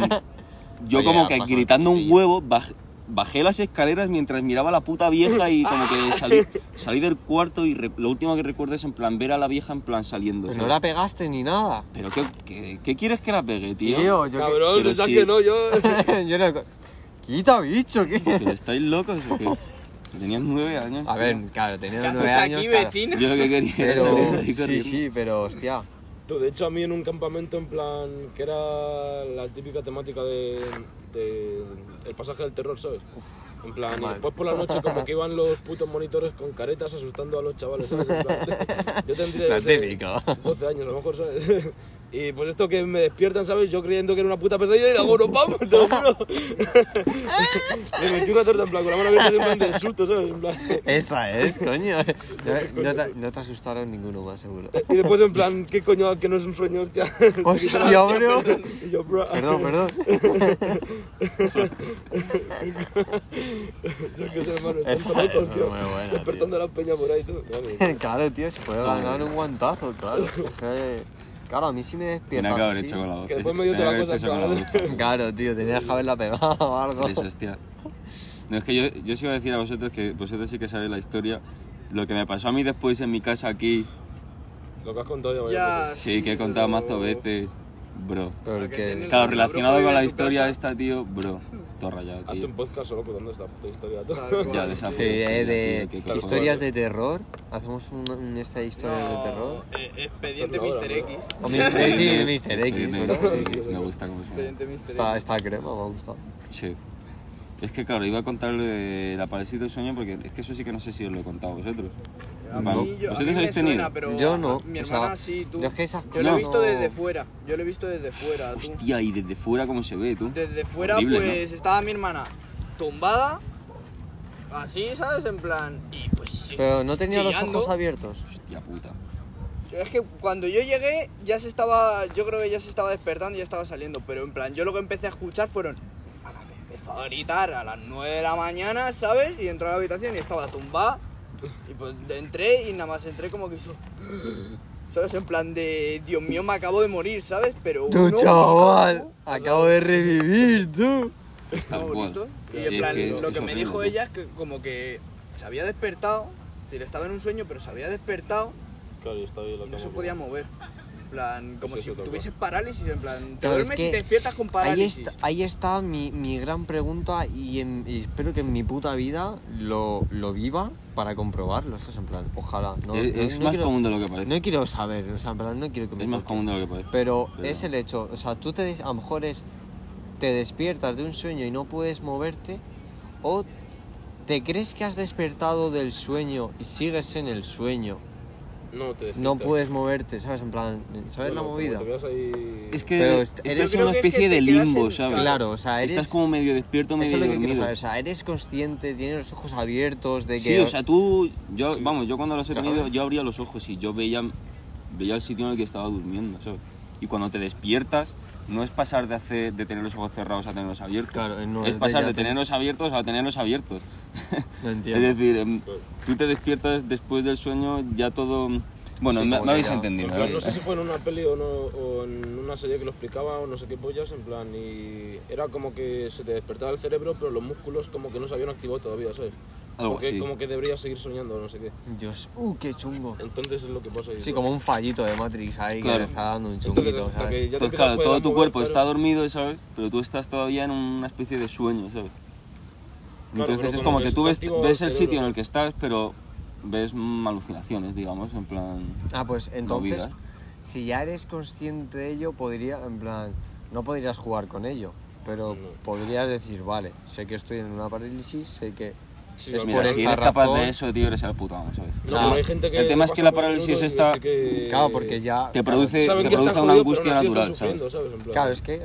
Speaker 4: yo
Speaker 5: Oye,
Speaker 4: como
Speaker 5: ha
Speaker 4: que
Speaker 5: pasado
Speaker 4: gritando un
Speaker 5: tiempo.
Speaker 4: huevo, baj- bajé las escaleras mientras miraba a la puta vieja y como que salí, salí del cuarto y re- lo último que recuerdo es en plan ver a la vieja en plan saliendo.
Speaker 5: Pues no
Speaker 4: ¿sabes?
Speaker 5: la pegaste ni nada.
Speaker 4: Pero ¿qué, qué, qué quieres que la pegue, tío?
Speaker 5: Tío, yo que-
Speaker 3: Cabrón,
Speaker 4: Pero
Speaker 3: no sabes
Speaker 4: sí.
Speaker 3: que no, yo.
Speaker 5: yo no... Quita, bicho, ¿qué?
Speaker 4: ¿Pero estáis locos o qué? Tenías nueve años.
Speaker 5: A
Speaker 4: tío.
Speaker 5: ver, claro, tenía
Speaker 10: ¿Qué
Speaker 5: nueve
Speaker 10: haces
Speaker 5: años,
Speaker 10: aquí,
Speaker 5: claro.
Speaker 10: vecino?
Speaker 4: Yo lo que quería era salir de
Speaker 5: Pero...
Speaker 4: ahí
Speaker 5: Sí,
Speaker 4: corriendo.
Speaker 5: sí, pero, hostia.
Speaker 3: Tú, de hecho, a mí en un campamento en plan que era la típica temática de de- el pasaje del terror, ¿sabes? en plan, y después por la noche como que iban los putos monitores con caretas asustando a los chavales, ¿sabes? En plan, yo tendría
Speaker 8: La
Speaker 3: no sé,
Speaker 8: típica.
Speaker 3: 12 años a lo mejor, ¿sabes? y pues esto que me despiertan, ¿sabes? Yo creyendo que era una puta pesadilla y la hago, no, vamos, te lo juro. Le metí una torta en plan, con la mano abierta en plan del susto, ¿sabes? En plan...
Speaker 8: Esa es, coño. No, no te, no te asustaron ninguno más, seguro.
Speaker 3: Y después en plan, ¿qué coño? Que no es un sueño, hostia.
Speaker 8: Hostia, bro.
Speaker 3: Perdón. Y yo, bro.
Speaker 8: Perdón, perdón.
Speaker 3: Yo qué sé, hermano,
Speaker 8: Esa
Speaker 3: están locos,
Speaker 8: es
Speaker 3: tío.
Speaker 8: muy buena, tío.
Speaker 3: Despertando la peña por ahí, tú. Vale.
Speaker 8: Claro, tío, se puede ganar un guantazo, claro. Es que- Claro, a mí sí me
Speaker 4: Tenía
Speaker 8: despiertas
Speaker 4: que haber
Speaker 8: así.
Speaker 4: hecho con la voz.
Speaker 3: Que después me dio
Speaker 4: Tenía
Speaker 3: otra
Speaker 4: que
Speaker 3: cosa,
Speaker 4: haber hecho eso con la
Speaker 3: claro.
Speaker 4: voz.
Speaker 8: Claro, tío, tenías que haberla pegado o algo.
Speaker 4: Eso, hostia. No, es que yo, yo os iba a decir a vosotros que vosotros sí que sabéis la historia. Lo que me pasó a mí después en mi casa aquí,
Speaker 3: Lo que has contado ya, vaya.
Speaker 10: Ya,
Speaker 4: sí, que he contado
Speaker 10: pero-
Speaker 4: mazo veces, bro.
Speaker 10: La que
Speaker 8: Porque...
Speaker 10: tiene-
Speaker 4: Claro,
Speaker 10: Bro,
Speaker 4: relacionado
Speaker 10: bro,
Speaker 4: con la
Speaker 10: en tu
Speaker 4: historia
Speaker 10: casa.
Speaker 4: esta, tío, bro. Todo rayado,
Speaker 3: Hazte
Speaker 4: tío.
Speaker 3: un podcast solo pues, contando esta puta historia, tú.
Speaker 10: Tal cual.
Speaker 4: Ya, de esa
Speaker 8: Sí,
Speaker 4: puta historia,
Speaker 8: eh,
Speaker 4: tío, qué
Speaker 8: de
Speaker 4: cojones.
Speaker 8: historias de terror. Hacemos un, un esta de
Speaker 10: No,
Speaker 8: historias de terror.
Speaker 10: eh, expediente
Speaker 3: Hacerlo ahora,
Speaker 10: Mr.
Speaker 3: bro.
Speaker 10: X.
Speaker 8: O Mr. X,
Speaker 4: Sí,
Speaker 8: Mr. X,
Speaker 4: sí,
Speaker 8: ¿verdad?
Speaker 4: sí, sí, Me gusta cómo suena.
Speaker 10: Expediente Mr.
Speaker 8: Esta,
Speaker 10: X.
Speaker 8: esta crema me ha gustado.
Speaker 4: Sí. Es que claro, iba a contarle de la parálisis del sueño porque es que eso sí que no sé si os lo he contado a vosotros.
Speaker 10: A
Speaker 4: Vale.
Speaker 10: mí, yo, a mí
Speaker 4: ¿Vosotros
Speaker 10: me
Speaker 4: habéis tenido?
Speaker 10: suena, pero
Speaker 8: Yo
Speaker 10: a-
Speaker 8: no,
Speaker 10: Mi
Speaker 8: o
Speaker 10: hermana
Speaker 8: sea,
Speaker 10: sí, tú.
Speaker 8: yo es que esas
Speaker 10: Yo lo he
Speaker 8: cosas
Speaker 10: visto
Speaker 8: no-
Speaker 10: desde fuera. Yo lo he visto desde fuera, tú.
Speaker 4: Hostia, y desde fuera cómo se ve, tú.
Speaker 10: Desde fuera,
Speaker 4: Horrible, ¿no?
Speaker 10: pues estaba mi hermana tumbada, así, ¿sabes? En plan. Y pues sí.
Speaker 8: Pero no tenía los
Speaker 10: chillando.
Speaker 8: ojos abiertos.
Speaker 4: Hostia puta.
Speaker 10: Es que cuando yo llegué, ya se estaba. Yo creo que ya se estaba despertando y ya estaba saliendo. Pero en plan, yo lo que empecé a escuchar fueron. a la que Empezó a gritar a las 9 de la mañana, ¿sabes? Y entré a la habitación y estaba tumbada. Y pues entré y nada más entré como que hizo. ¿Sabes? En plan de. Dios mío, me acabo de morir, ¿sabes? pues, Pero.
Speaker 8: Tú,
Speaker 10: uno,
Speaker 8: chaval,
Speaker 10: dos, tú,
Speaker 8: acabo de revivir, tú.
Speaker 4: Tal
Speaker 10: Muy
Speaker 4: cual.
Speaker 10: bonito. Y
Speaker 4: Sí,
Speaker 10: en plan,
Speaker 4: es que es-
Speaker 10: lo
Speaker 4: es
Speaker 10: que me
Speaker 4: horrible,
Speaker 10: dijo
Speaker 4: ¿no?
Speaker 10: ella es que como que se había despertado, es decir, estaba en un sueño, pero se había despertado
Speaker 3: Claro, y está ahí la
Speaker 10: y no
Speaker 3: cama,
Speaker 10: se
Speaker 3: bro.
Speaker 10: podía mover. En plan, como
Speaker 3: Pues
Speaker 10: si
Speaker 3: eso, tal
Speaker 10: tuvieses parálisis, en plan, te
Speaker 8: Claro, es
Speaker 10: duermes y
Speaker 8: que
Speaker 10: te despiertas con
Speaker 8: Ahí
Speaker 10: parálisis.
Speaker 8: está, ahí está mi, mi gran pregunta y, en- y espero que en mi puta vida lo, lo viva para comprobarlo. Eso es en plan, ojalá. No,
Speaker 4: es
Speaker 8: no-
Speaker 4: es
Speaker 8: no
Speaker 4: más
Speaker 8: quiero,
Speaker 4: común de lo que parece.
Speaker 8: no quiero saber, o sea, en plan, no quiero que me
Speaker 4: es más
Speaker 8: toque.
Speaker 4: común de lo que parece.
Speaker 8: Pero
Speaker 4: Pero-
Speaker 8: es el hecho, o sea, tú te, des- a lo mejor es, te despiertas de un sueño y no puedes moverte, o te crees que has despertado del sueño y sigues en el sueño,
Speaker 3: No, te
Speaker 8: no
Speaker 3: despiertas.
Speaker 8: puedes moverte, ¿sabes? En plan, ¿sabes
Speaker 3: Bueno,
Speaker 8: la
Speaker 3: como
Speaker 8: movida?
Speaker 3: te quedas ahí-
Speaker 4: Es que
Speaker 8: Pero est-
Speaker 4: estás
Speaker 8: eres-
Speaker 4: en
Speaker 10: Yo creo
Speaker 4: una
Speaker 10: que es que
Speaker 4: especie
Speaker 10: te
Speaker 4: de
Speaker 10: quedas
Speaker 4: limbo,
Speaker 10: en-
Speaker 4: ¿sabes?
Speaker 8: Claro, o sea, eres...
Speaker 4: Estás como medio despierto, medio
Speaker 8: Eso es lo que
Speaker 4: dormido.
Speaker 8: quiero saber, o sea, eres consciente, tienes los ojos abiertos de que...
Speaker 4: Sí, o sea, tú, yo,
Speaker 3: Sí.
Speaker 4: vamos, yo cuando los he
Speaker 8: Claro.
Speaker 4: tenido, yo abría los ojos y yo veía, veía el sitio en el que estaba durmiendo, ¿sabes? Y cuando te despiertas, no es pasar de, hacer, de tener los ojos cerrados a tenerlos abiertos.
Speaker 8: Claro, eh, no
Speaker 4: es
Speaker 8: de
Speaker 4: pasar
Speaker 8: ya
Speaker 4: de
Speaker 8: ten-
Speaker 4: tenerlos abiertos a tenerlos abiertos.
Speaker 8: No
Speaker 4: Es
Speaker 8: entiendo.
Speaker 4: decir, em, tú te despiertas después del sueño, ya todo... Bueno,
Speaker 8: Sí,
Speaker 4: me,
Speaker 8: como
Speaker 4: me
Speaker 8: que
Speaker 4: habéis
Speaker 8: ya-
Speaker 4: entendido.
Speaker 3: Porque
Speaker 4: ¿eh?
Speaker 3: no sé si fue en una peli o, no, o en una serie que lo explicaba o no sé qué pollas, en plan, y era como que se te despertaba el cerebro, pero los músculos como que no se habían activado todavía, ¿sabes?
Speaker 8: Oh,
Speaker 4: Algo
Speaker 3: Porque
Speaker 4: así.
Speaker 3: como que deberías seguir soñando, no sé qué.
Speaker 8: Dios, uh, qué chungo.
Speaker 3: Entonces es lo que pasa ahí.
Speaker 8: Sí, como un fallito de Matrix ahí que
Speaker 4: Claro.
Speaker 8: le está dando un
Speaker 3: Entonces,
Speaker 8: chunguito,
Speaker 3: hasta
Speaker 8: ¿sabes?
Speaker 3: que ya te
Speaker 4: Entonces, Pues claro,
Speaker 3: empiezas pues, a
Speaker 4: todo
Speaker 3: poder
Speaker 4: tu
Speaker 3: mover,
Speaker 4: cuerpo
Speaker 3: claro.
Speaker 4: está dormido, ¿sabes? Pero tú estás todavía en una especie de sueño, ¿sabes?
Speaker 3: Claro, pero
Speaker 4: Entonces es
Speaker 3: con
Speaker 4: como
Speaker 3: el
Speaker 4: que tú ves,
Speaker 3: receptivo
Speaker 4: ves el
Speaker 3: cerebro.
Speaker 4: sitio en el que estás, pero ves mm, alucinaciones, digamos, en plan...
Speaker 8: Ah, pues entonces,
Speaker 4: Movidas.
Speaker 8: si ya eres consciente de ello, podría, en plan, no podrías jugar con ello, pero
Speaker 3: No.
Speaker 8: podrías decir, vale, sé que estoy en una parálisis, sé que...
Speaker 3: Sí,
Speaker 8: es
Speaker 3: no,
Speaker 4: Pues Mira,
Speaker 8: por
Speaker 3: no,
Speaker 4: si
Speaker 8: esta
Speaker 4: eres capaz
Speaker 8: razón-
Speaker 4: de eso, tío, eres el puto amo, ¿sabes?
Speaker 3: no,
Speaker 4: O sea,
Speaker 3: pero hay gente que
Speaker 4: el tema es
Speaker 3: pasa
Speaker 4: que la
Speaker 3: por el
Speaker 4: parálisis
Speaker 3: euro y
Speaker 4: esta
Speaker 3: sí que-
Speaker 8: Claro, porque
Speaker 10: Ah,
Speaker 8: ya...
Speaker 4: te
Speaker 8: claro,
Speaker 4: produce,
Speaker 3: saben
Speaker 4: te
Speaker 3: que
Speaker 4: produce
Speaker 3: está
Speaker 4: una
Speaker 3: jodido, pero
Speaker 4: angustia
Speaker 3: aún así están
Speaker 4: natural, ¿sabes?
Speaker 3: sufriendo, ¿sabes? En plan,
Speaker 8: Claro, es que...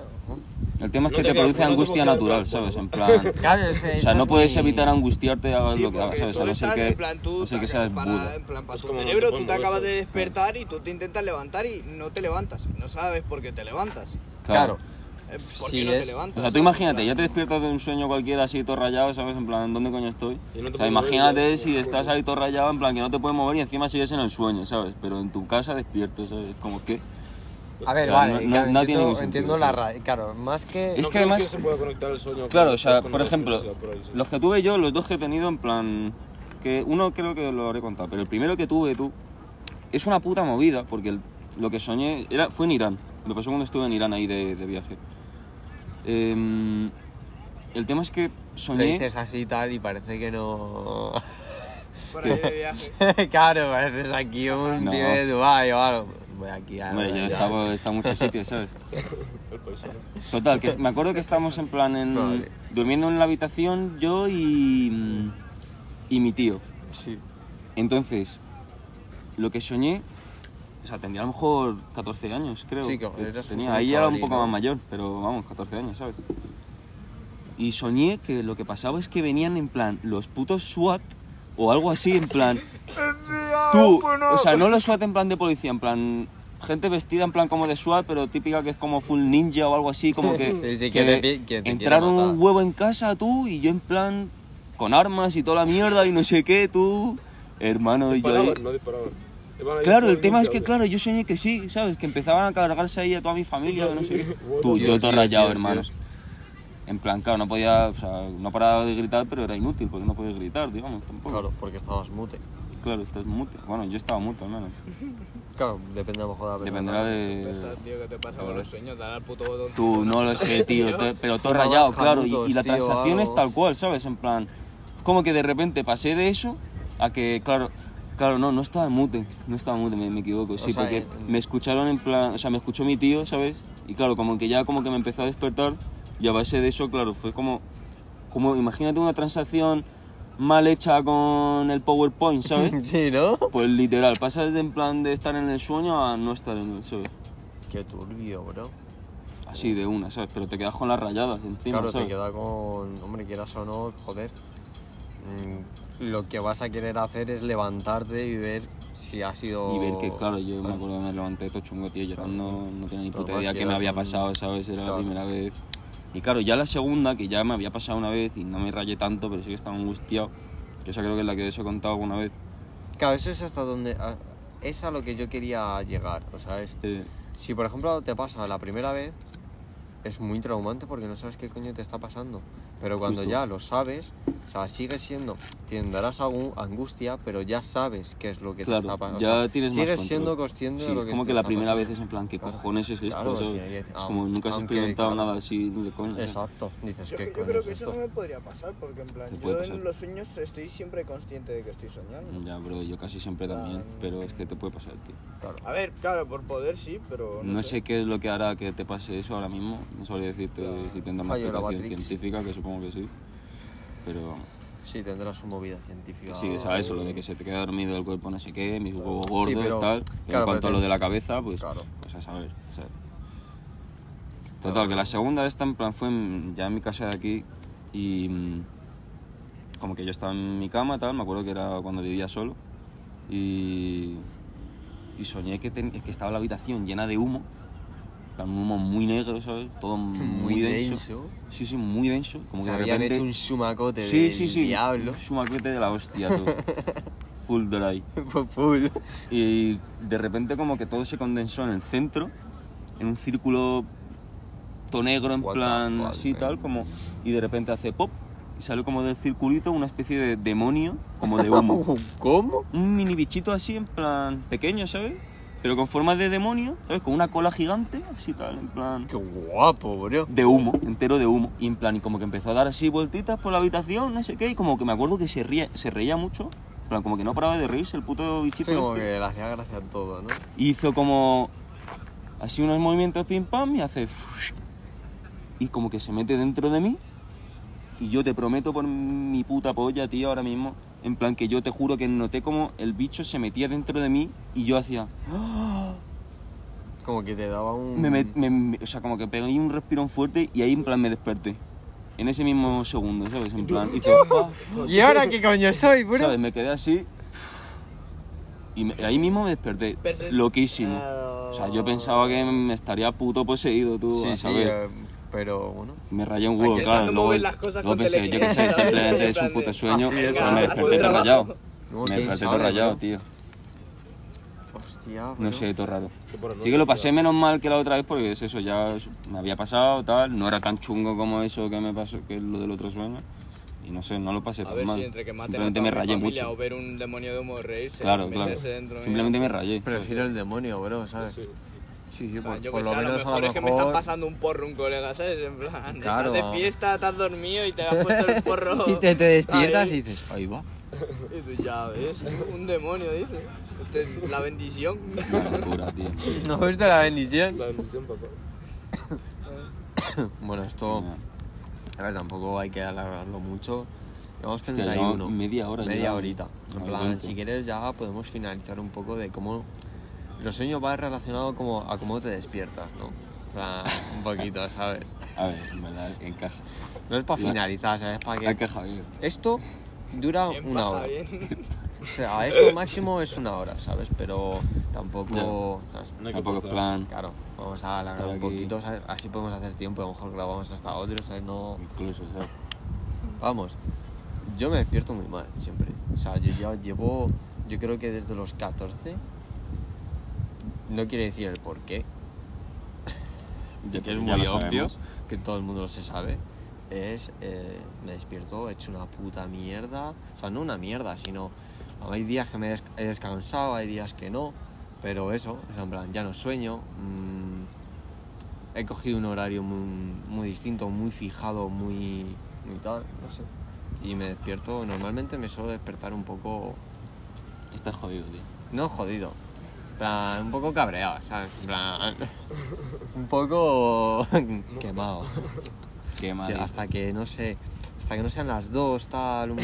Speaker 4: El tema es
Speaker 3: No
Speaker 4: que
Speaker 3: te
Speaker 4: te
Speaker 3: quedas-
Speaker 4: produce
Speaker 3: no te
Speaker 4: angustia
Speaker 3: bloqueas,
Speaker 4: natural,
Speaker 3: pero bueno,
Speaker 4: ¿sabes? En plan...
Speaker 8: Claro, es que
Speaker 4: O
Speaker 8: esa
Speaker 4: sea, no
Speaker 8: es
Speaker 4: puedes
Speaker 8: mi-
Speaker 4: evitar angustiarte hagas
Speaker 10: Sí,
Speaker 4: lo que hagas,
Speaker 10: porque
Speaker 4: ¿sabes?
Speaker 10: tú
Speaker 4: A no ser
Speaker 10: estás
Speaker 4: que,
Speaker 10: en plan, tú
Speaker 4: no ser
Speaker 10: te
Speaker 4: que seas
Speaker 10: acabas- para, em-
Speaker 4: Buda.
Speaker 10: en plan, para
Speaker 3: Es
Speaker 10: tu
Speaker 3: como no te
Speaker 10: cerebro,
Speaker 3: puedes
Speaker 10: tú te
Speaker 3: mover,
Speaker 10: acabas de
Speaker 3: ¿sabes?
Speaker 10: despertar y tú te intentas levantar y no te levantas. Y no sabes por qué te levantas.
Speaker 8: Claro,
Speaker 10: Eh, ¿Por
Speaker 8: Sí,
Speaker 10: qué no
Speaker 8: es-
Speaker 10: te levantas?
Speaker 4: O sea, tú
Speaker 10: ¿sabes?
Speaker 4: imagínate,
Speaker 10: En
Speaker 4: ya te
Speaker 10: plan,
Speaker 4: despiertas de un sueño cualquiera así todo rayado, ¿sabes? En plan, ¿dónde coño
Speaker 3: Y
Speaker 4: estoy?
Speaker 3: no te
Speaker 4: o sea,
Speaker 3: puedes mover,
Speaker 4: imagínate
Speaker 3: ya,
Speaker 4: si
Speaker 3: ya,
Speaker 4: estás
Speaker 3: ya.
Speaker 4: ahí todo rayado, en plan, que no te puedes mover y encima sigues en el sueño, ¿sabes? Pero en tu casa despierto, ¿sabes? Como que...
Speaker 8: a ver,
Speaker 4: Claro,
Speaker 8: vale,
Speaker 4: no-
Speaker 8: claro,
Speaker 4: no tiene
Speaker 8: entiendo,
Speaker 4: ningún
Speaker 8: entiendo
Speaker 4: sentido,
Speaker 8: la
Speaker 4: claro.
Speaker 8: ra- Claro, más que...
Speaker 4: Es
Speaker 3: no
Speaker 4: que
Speaker 3: creo
Speaker 4: además-
Speaker 3: se pueda conectar el sueño con-
Speaker 4: Claro, o sea,
Speaker 3: con
Speaker 4: por
Speaker 3: la
Speaker 4: ejemplo,
Speaker 3: electricidad por ahí, sí.
Speaker 4: los que tuve yo, los dos que he tenido, en plan. que Uno creo que lo habré contado, pero el primero que tuve tú. Es una puta movida, porque el- lo que soñé era, fue en Irán. Lo pasó cuando estuve en Irán ahí de, de viaje. Em, el tema es que
Speaker 8: Lo
Speaker 4: soñé.
Speaker 8: dices así y tal y parece que no...
Speaker 10: por ahí de viaje.
Speaker 8: claro, pareces aquí un
Speaker 4: No.
Speaker 8: pibe de Dubai o algo. fue aquí a...
Speaker 4: Hombre, yo he estado, he estado en muchos sitios, ¿sabes?
Speaker 3: El paisano.
Speaker 4: Total, que me acuerdo que estábamos en plan en,
Speaker 8: Probable.
Speaker 4: durmiendo en la habitación yo y, mm, y mi tío.
Speaker 8: Sí.
Speaker 4: Entonces, lo que soñé, o sea, tendría a lo mejor 14 años, creo.
Speaker 8: Sí, que eras un
Speaker 4: tenía, Ahí ya era un poco
Speaker 8: chavalín, ¿no?
Speaker 4: más mayor, pero vamos, 14 años, ¿sabes? Y soñé que lo que pasaba es que venían en plan los putos SWAT o algo así, en plan... Tú, o sea, no los SWAT en plan de policía, en plan... Gente vestida en plan como de SWAT, pero típica que es como full ninja o algo así, como que...
Speaker 8: Sí, sí, que te pi- que te quiere
Speaker 4: entraron
Speaker 8: matar.
Speaker 4: un huevo en casa tú y yo en plan... Con armas y toda la mierda y no sé qué, tú... Hermano, y yo... ahí-
Speaker 3: Disparaban, no disparaban. Iban ahí
Speaker 4: Claro, el
Speaker 3: full
Speaker 4: tema es
Speaker 3: ninja,
Speaker 4: que,
Speaker 3: ¿o qué?
Speaker 4: claro, yo soñé que sí, ¿sabes? Que empezaban a cargarse ahí a toda mi familia, no sé qué. Tú, yo
Speaker 8: Dios,
Speaker 4: todo
Speaker 8: Dios,
Speaker 4: rayado,
Speaker 8: Dios,
Speaker 4: hermano.
Speaker 8: Dios.
Speaker 4: En plan, claro, no podía, o sea, no paraba de gritar, pero era inútil, porque no podía gritar, digamos, tampoco.
Speaker 8: Claro, porque estabas mute.
Speaker 4: Claro, estás mute. Bueno, yo estaba mute, al menos.
Speaker 8: Claro, depende a lo mejor de la
Speaker 4: Dependerá
Speaker 10: Pensad,
Speaker 4: de...
Speaker 10: tío, ¿qué te pasa con los sueños? Dar al puto botón.
Speaker 4: Tú, no lo sé, tío, te- pero todo
Speaker 8: Fumaba
Speaker 4: rayado, claro, y,
Speaker 8: janutos,
Speaker 4: y la
Speaker 8: tío,
Speaker 4: transacción es
Speaker 8: algo.
Speaker 4: tal cual, ¿sabes? En plan, como que de repente pasé de eso a que, claro, claro, no, no estaba en mute, no estaba en mute, me, me equivoco, sí,
Speaker 8: sea,
Speaker 4: porque
Speaker 8: en- en-
Speaker 4: me escucharon en plan, o sea, me escuchó mi tío, ¿sabes? Y claro, como que ya como que me empezó a despertar y a base de eso, claro, fue como, como imagínate una transacción mal hecha con el PowerPoint, ¿sabes?
Speaker 8: Sí, ¿no?
Speaker 4: Pues literal, pasas de en plan de estar en el sueño a no estar en él, ¿sabes?
Speaker 8: Qué turbio, bro.
Speaker 4: Así de una, ¿sabes? Pero te quedas con las rayadas encima,
Speaker 8: claro,
Speaker 4: ¿sabes?
Speaker 8: te queda con... Hombre, quieras o no, joder. Mm, Lo que vas a querer hacer es levantarte y ver si ha sido...
Speaker 4: Y ver que, claro, yo me acuerdo que me levanté todo chungo, tío, llorando, no tenía ni
Speaker 8: Pero
Speaker 4: puta
Speaker 8: más
Speaker 4: idea
Speaker 8: si
Speaker 4: qué
Speaker 8: era
Speaker 4: me había
Speaker 8: un-
Speaker 4: pasado, ¿sabes? Era la
Speaker 8: Claro.
Speaker 4: primera vez. Y claro, ya la segunda, que ya me había pasado una vez y no me rayé tanto, pero sí que estaba angustiado, que esa creo que es la que os he contado alguna vez.
Speaker 8: Claro, eso es hasta donde... a- Es a lo que yo quería llegar, o sea, es...
Speaker 4: Eh,
Speaker 8: Si por ejemplo te pasa la primera vez, es muy traumante porque no sabes qué coño te está pasando. Pero cuando
Speaker 4: Justo.
Speaker 8: ya lo sabes, o sea, sigue siendo, tendrás algún angustia, pero ya sabes qué es lo que
Speaker 4: Claro,
Speaker 8: te está pasando.
Speaker 4: ya tienes más
Speaker 8: Sigues
Speaker 4: control.
Speaker 8: siendo consciente
Speaker 4: sí,
Speaker 8: de lo
Speaker 4: es
Speaker 8: que
Speaker 4: como
Speaker 8: te
Speaker 4: que la
Speaker 8: está
Speaker 4: primera vez
Speaker 8: pasando.
Speaker 4: es en plan, ¿qué
Speaker 8: Claro.
Speaker 4: cojones es esto?
Speaker 8: Claro,
Speaker 4: ¿sabes?
Speaker 8: tiene que-
Speaker 4: Es
Speaker 8: ah,
Speaker 4: como nunca has
Speaker 8: aunque,
Speaker 4: experimentado
Speaker 8: claro.
Speaker 4: nada así ni de coña. ¿sabes?
Speaker 8: Exacto, dices
Speaker 10: Yo,
Speaker 8: que
Speaker 10: yo
Speaker 8: coño
Speaker 10: creo
Speaker 8: es
Speaker 10: que eso
Speaker 8: esto?
Speaker 10: no me podría pasar porque en plan,
Speaker 4: Te puede
Speaker 10: yo
Speaker 4: pasar.
Speaker 10: en los sueños estoy siempre consciente de que estoy soñando.
Speaker 4: Ya, bro, yo casi siempre también,
Speaker 10: Ah.
Speaker 4: pero es que te puede pasar, tío.
Speaker 10: A ver, claro, por poder sí, pero no,
Speaker 4: No sé qué es lo que hará que te pase eso ahora mismo. No sabría decirte si tendrá una
Speaker 8: Fallo de la
Speaker 4: explicación
Speaker 8: Matrix.
Speaker 4: científica, que supongo que sí. Pero
Speaker 8: Sí, tendrás su movida científica.
Speaker 4: que sí, que sabes, eso, lo de que se te queda dormido el cuerpo, no sé qué, mis huevos
Speaker 8: Sí,
Speaker 4: gordos,
Speaker 8: pero-
Speaker 4: tal. Pero
Speaker 8: claro,
Speaker 4: en cuanto
Speaker 8: pero
Speaker 4: a lo
Speaker 8: te-
Speaker 4: de la cabeza, pues,
Speaker 8: Claro.
Speaker 4: pues a saber. o sea. Total, que la segunda esta en plan fue en- ya en mi casa de aquí y mm, como que yo estaba en mi cama, tal, me acuerdo que era cuando vivía solo y, y soñé que, ten- que estaba la habitación llena de humo, en plan, un humo muy negro, ¿sabes? Todo muy,
Speaker 8: Muy
Speaker 4: denso.
Speaker 8: denso.
Speaker 4: Sí, sí, muy denso. Como
Speaker 8: Se
Speaker 4: que de
Speaker 8: habían
Speaker 4: repente-
Speaker 8: hecho un sumacote
Speaker 4: sí,
Speaker 8: del
Speaker 4: sí, sí,
Speaker 8: diablo.
Speaker 4: un sumaquete de la hostia, tú. Full dry.
Speaker 8: Full.
Speaker 4: Y de repente como que todo se condensó en el centro, en un círculo todo negro, en
Speaker 8: What the
Speaker 4: plan
Speaker 8: fuck,
Speaker 4: así
Speaker 8: man.
Speaker 4: tal, como... Y de repente hace pop y sale como del circulito una especie de demonio, como de humo.
Speaker 8: ¿Cómo?
Speaker 4: un mini bichito así, en plan pequeño, ¿sabes? Pero con forma de demonio, ¿sabes? Con una cola gigante, así tal, en plan...
Speaker 8: Qué guapo, bro.
Speaker 4: De humo, entero de humo. Y en plan, y como que empezó a dar así vueltitas por la habitación, no sé qué, y como que me acuerdo que se, ría, se reía mucho. En plan, como que no paraba de reírse el puto bichito
Speaker 8: Sí, como
Speaker 4: este.
Speaker 8: que le hacía gracia a todo, ¿no?
Speaker 4: hizo como así unos movimientos pim pam y hace y como que se mete dentro de mí y yo te prometo por mi puta polla tío ahora mismo en plan que yo te juro que noté como el bicho se metía dentro de mí y yo hacía
Speaker 8: Como que te daba un...
Speaker 4: me met- me- me- o sea como que pegué un respirón fuerte y ahí en plan me desperté en ese mismo segundo sabes en plan hice, "Ah".
Speaker 8: ¿Y ahora qué coño soy, bro?
Speaker 4: sabes me quedé así y me- ahí mismo me desperté loquísimo O sea, yo pensaba que me estaría puto poseído, tú.
Speaker 8: Sí,
Speaker 4: a
Speaker 8: sí,
Speaker 4: saber.
Speaker 8: eh, pero bueno.
Speaker 4: Me rayé un huevo,
Speaker 10: Aquí
Speaker 4: claro.
Speaker 10: no
Speaker 4: Luego,
Speaker 10: mueven las cosas
Speaker 4: luego
Speaker 10: con
Speaker 4: pensé, yo qué sé,
Speaker 10: telequinesis,
Speaker 4: simplemente
Speaker 10: ¿sabes?
Speaker 4: es un puto
Speaker 10: En plan de,
Speaker 4: sueño.
Speaker 8: "Ah, sí,
Speaker 4: pero
Speaker 8: venga,
Speaker 4: me
Speaker 10: haz tu
Speaker 4: desperté todo
Speaker 10: trabajo".
Speaker 4: rayado.
Speaker 8: No,
Speaker 4: Me
Speaker 8: quién
Speaker 4: desperté todo
Speaker 8: sabe,
Speaker 4: rayado,
Speaker 8: bro.
Speaker 4: tío.
Speaker 8: Hostia, bro.
Speaker 4: No sé, todo raro.
Speaker 3: Qué paranoia,
Speaker 4: Sí que lo pasé menos mal que la otra vez porque es eso, ya es- me había pasado, tal. No era tan chungo como eso que me pasó, que es lo del otro sueño. Y no sé, no lo pasé
Speaker 10: A
Speaker 4: tan
Speaker 10: ver
Speaker 4: mal.
Speaker 10: si entre que maten a
Speaker 4: Simplemente
Speaker 10: toda
Speaker 4: me
Speaker 10: mi
Speaker 4: rayé
Speaker 10: familia
Speaker 4: mucho.
Speaker 10: o ver un demonio de humo reírse,
Speaker 4: Claro, claro.
Speaker 10: meterse dentro mío.
Speaker 4: Simplemente me rayé.
Speaker 8: Prefiero el demonio, bro, ¿sabes? Sí, sí,
Speaker 10: En plan,
Speaker 8: por,
Speaker 10: Ah, yo
Speaker 8: por
Speaker 10: que
Speaker 8: lo
Speaker 10: sé, a
Speaker 8: menos
Speaker 10: lo mejor, es que me están pasando un porro un colega, ¿sabes? En plan,
Speaker 8: Claro.
Speaker 10: estás de fiesta, te has dormido y te has puesto el porro.
Speaker 8: Y te, te despiertas
Speaker 10: Ahí.
Speaker 8: y dices, ahí va.
Speaker 10: Y tú ya ves, un demonio, dice. Te- La bendición.
Speaker 4: Una locura, tío.
Speaker 8: ¿No fuiste la bendición?
Speaker 3: La bendición, papá.
Speaker 8: Bueno, esto.
Speaker 4: Una-
Speaker 8: A ver, tampoco hay que alargarlo mucho. Llevamos
Speaker 4: Hostia,
Speaker 8: 31.
Speaker 4: llevamos media hora
Speaker 8: Media
Speaker 4: ya.
Speaker 8: horita. En
Speaker 4: No me
Speaker 8: plan,
Speaker 4: cuento.
Speaker 8: si quieres ya podemos finalizar un poco de cómo... Los sueños va relacionado como a cómo te despiertas, ¿no? En plan, un poquito, ¿sabes?
Speaker 4: A ver, en verdad, encaja.
Speaker 8: No es para
Speaker 4: La-
Speaker 8: finalizar, ¿sabes? Para que...
Speaker 4: Encaja bien.
Speaker 8: Esto dura
Speaker 10: Bien
Speaker 8: una
Speaker 10: paja,
Speaker 8: hora.
Speaker 10: bien.
Speaker 8: O sea, esto máximo es una hora, ¿sabes? Pero tampoco... ¿sabes?
Speaker 9: No hay que
Speaker 4: Tampoco es
Speaker 9: forzar.
Speaker 4: plan.
Speaker 8: Claro, vamos a alargar
Speaker 4: Estar
Speaker 8: un
Speaker 4: aquí.
Speaker 8: poquito, ¿sabes? Así podemos hacer tiempo, a lo mejor grabamos hasta otro, ¿sabes? No...
Speaker 4: Incluso, ¿sabes?
Speaker 8: Vamos, yo me despierto muy mal siempre. O sea, yo ya llevo, yo creo que desde los 14. No quiere decir el por qué,
Speaker 4: Ya-
Speaker 8: que es
Speaker 4: ya
Speaker 8: muy
Speaker 4: lo
Speaker 8: obvio,
Speaker 4: sabemos.
Speaker 8: que todo el mundo lo se sabe. Es, eh, me despierto hecho una puta mierda. O sea, no una mierda, sino. Hay días que me des- he descansado, hay días que no. Pero eso, o sea, en plan, ya no sueño. mm, he cogido un horario muy, muy distinto, muy fijado, muy, muy tal, no sé. Y me despierto, normalmente me suelo despertar un poco.
Speaker 4: Estás jodido, tío.
Speaker 8: No jodido. En plan, un poco cabreado, ¿sabes? En plan, un poco quemado.
Speaker 4: Qué
Speaker 8: Sí,
Speaker 4: mal.
Speaker 8: hasta que no sé, hasta que no sean las dos, tal, un-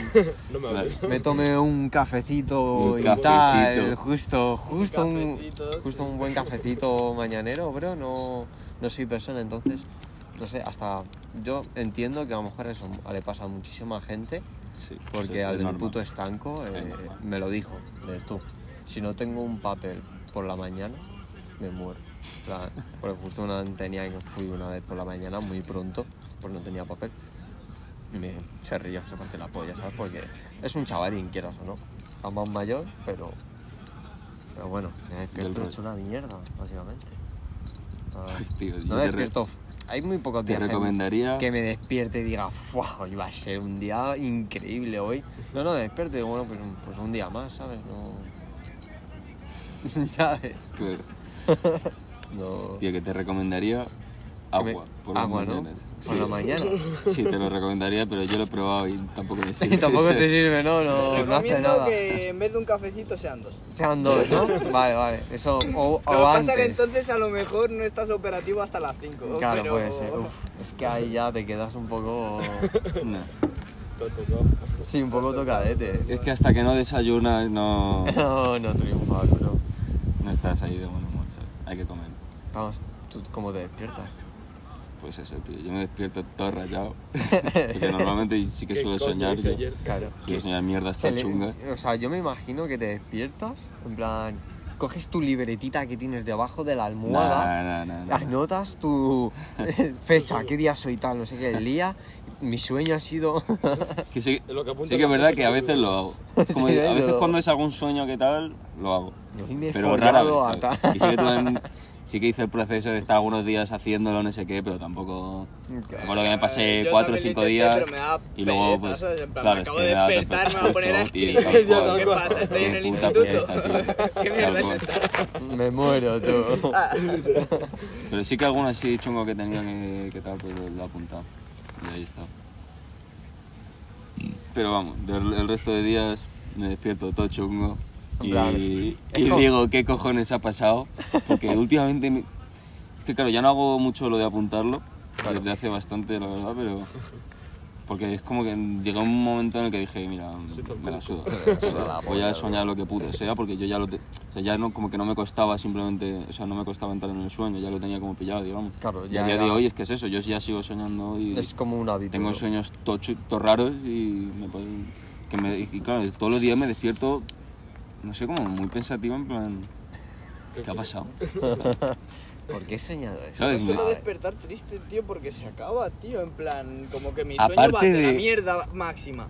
Speaker 3: No me hables.
Speaker 8: me tome un cafecito
Speaker 4: Un
Speaker 8: y
Speaker 4: cafecito.
Speaker 8: tal, justo, justo un,
Speaker 10: cafecito,
Speaker 8: justo un buen cafecito mañanero, bro, no, no soy persona, entonces, no sé, hasta yo entiendo que a lo mejor eso le pasa a muchísima gente,
Speaker 4: Sí,
Speaker 8: porque
Speaker 4: es
Speaker 8: al del
Speaker 4: normal.
Speaker 8: puto estanco eh,
Speaker 4: Es normal.
Speaker 8: me lo dijo, de tú, si no tengo un papel por la mañana, me muero. En plan, Porque justo una, tenía que fui una vez por la mañana, muy pronto, pues no tenía papel. Y me, se ríe, se parte la polla, ¿sabes? Porque es un chavalín, quieras o no. Aún más mayor, pero... Pero bueno, me
Speaker 4: Del
Speaker 8: despierto
Speaker 4: rollo.
Speaker 8: hecho una mierda, básicamente. Ah,
Speaker 4: Pues, tío, yo
Speaker 8: no me
Speaker 4: te re-
Speaker 8: despierto... Hay muy pocos
Speaker 4: Te
Speaker 8: días en-
Speaker 4: recomendaría.
Speaker 8: que me despierte y diga, ¡fua! Hoy va a ser un día increíble hoy. No, no, me despierto y digo, bueno, pues, un- pues un día más, ¿sabes? No. ¿Sabes?
Speaker 4: que-
Speaker 8: No.
Speaker 4: Tío, que te recomendaría
Speaker 8: Que me-
Speaker 4: agua. Por las
Speaker 8: agua, ¿no?
Speaker 4: mañanas.
Speaker 8: Por la mañana.
Speaker 4: Sí, te lo recomendaría, pero yo lo he probado y tampoco me sirve.
Speaker 8: Y tampoco te sirve, ¿no? No, no hace
Speaker 10: Recomiendo
Speaker 8: nada.
Speaker 10: que Eh, en vez de un cafecito sean dos.
Speaker 8: Sean dos, ¿no? Vale, vale. Eso, o,
Speaker 10: Lo que
Speaker 8: o
Speaker 10: pasa
Speaker 8: antes.
Speaker 10: es que entonces a lo mejor no estás operativo hasta las 5.
Speaker 8: Claro,
Speaker 10: pero...
Speaker 8: puede ser. Uf, es que ahí ya te quedas un poco.
Speaker 4: No.
Speaker 8: Mm. Sí, un poco tocadete.
Speaker 4: Es que hasta que no desayunas no,
Speaker 8: No, no triunfas, bro.
Speaker 4: no estás ahí de buen humor, ¿sabes? Hay que comer.
Speaker 8: Vamos, ¿tú cómo te despiertas?
Speaker 4: Pues eso, tío. Yo me despierto todo rayado. Porque normalmente sí que suelo soñar.
Speaker 3: hice
Speaker 4: yo.
Speaker 3: ayer?
Speaker 8: Claro.
Speaker 4: Suelo soñar mierdas
Speaker 8: Se
Speaker 4: tan
Speaker 8: le-
Speaker 4: chungas.
Speaker 8: O sea, Ah, yo me imagino que te despiertas, en plan, coges tu libretita que tienes debajo de la
Speaker 5: Ah.
Speaker 8: almohada,
Speaker 4: Nah, nah, nah, nah.
Speaker 8: anotas tu fecha, qué día soy tal, no sé qué, el día. Mi sueño ha sido.
Speaker 4: Que sí,
Speaker 3: Es lo que apunta
Speaker 4: sí que
Speaker 3: la
Speaker 4: es verdad
Speaker 3: gente,
Speaker 4: que a
Speaker 3: sí,
Speaker 4: veces lo hago. Como
Speaker 8: Sí,
Speaker 4: a
Speaker 8: ahí
Speaker 4: veces
Speaker 8: lo-
Speaker 4: cuando es algún sueño que tal, lo hago.
Speaker 8: Hoy me he
Speaker 4: Pero rara vez.
Speaker 8: follado a
Speaker 4: ¿sabes?
Speaker 8: tal.
Speaker 4: Y sí que, también- sí que hice el proceso de estar algunos días haciéndolo, no sé qué, pero tampoco. Me acuerdo que me pasé
Speaker 10: Eh, Yo
Speaker 4: 4 o
Speaker 10: también lo
Speaker 4: 5
Speaker 10: intenté,
Speaker 4: días.
Speaker 10: pero me daba
Speaker 4: y luego,
Speaker 10: pereza,
Speaker 4: pues.
Speaker 10: ¿sabes? En plan,
Speaker 4: claro,
Speaker 10: me
Speaker 4: es
Speaker 10: acabo
Speaker 4: que
Speaker 10: de
Speaker 4: me da
Speaker 10: despertar, me voy
Speaker 4: pereza,
Speaker 10: a poner a
Speaker 4: tío,
Speaker 10: escribir.
Speaker 4: tal
Speaker 10: Yo
Speaker 4: cual.
Speaker 10: ¿qué pasa? Estoy en el
Speaker 4: Qué puta
Speaker 10: instituto.
Speaker 4: pereza, tío.
Speaker 10: ¿Qué mierda
Speaker 4: Tal
Speaker 10: es
Speaker 4: cual.
Speaker 8: Me muero, tú.
Speaker 4: Pero sí que alguno así chungo que tenía que, que tal, pues lo he apuntado. Y ahí está. Pero vamos, del- el resto de días me despierto todo chungo.
Speaker 8: En
Speaker 4: Y,
Speaker 8: plan,
Speaker 4: y
Speaker 8: es como-
Speaker 4: digo, ¿qué cojones ha pasado? Porque últimamente... me- Es que claro, ya no hago mucho lo de apuntarlo. Desde hace bastante, la verdad, pero... Porque es como que llegó un momento en el que dije, mira, me la suda.
Speaker 8: la
Speaker 4: Voy
Speaker 8: polla,
Speaker 4: a soñar lo que puto sea, porque yo ya lo... te- o sea, ya no, como que no me costaba simplemente... O sea, no me costaba entrar en el sueño, ya lo tenía como pillado, digamos.
Speaker 8: Claro,
Speaker 4: Y a
Speaker 8: ya.
Speaker 4: día de
Speaker 8: era-
Speaker 4: hoy es que es eso, yo ya sigo soñando y
Speaker 8: Es como un hábito.
Speaker 4: tengo
Speaker 8: bro.
Speaker 4: sueños to, chu- to raros y, me pueden- que me- y claro, todos los días me despierto, no sé, como muy pensativo en plan, ¿qué ha pasado?
Speaker 8: ¿Por qué he soñado eso?
Speaker 4: ¿Sabes?
Speaker 10: Yo suelo
Speaker 4: Me-
Speaker 10: despertar triste, tío, porque se acaba, tío. En plan, como que mi sueño va
Speaker 4: Aparte
Speaker 10: de la
Speaker 4: de-
Speaker 10: mierda máxima.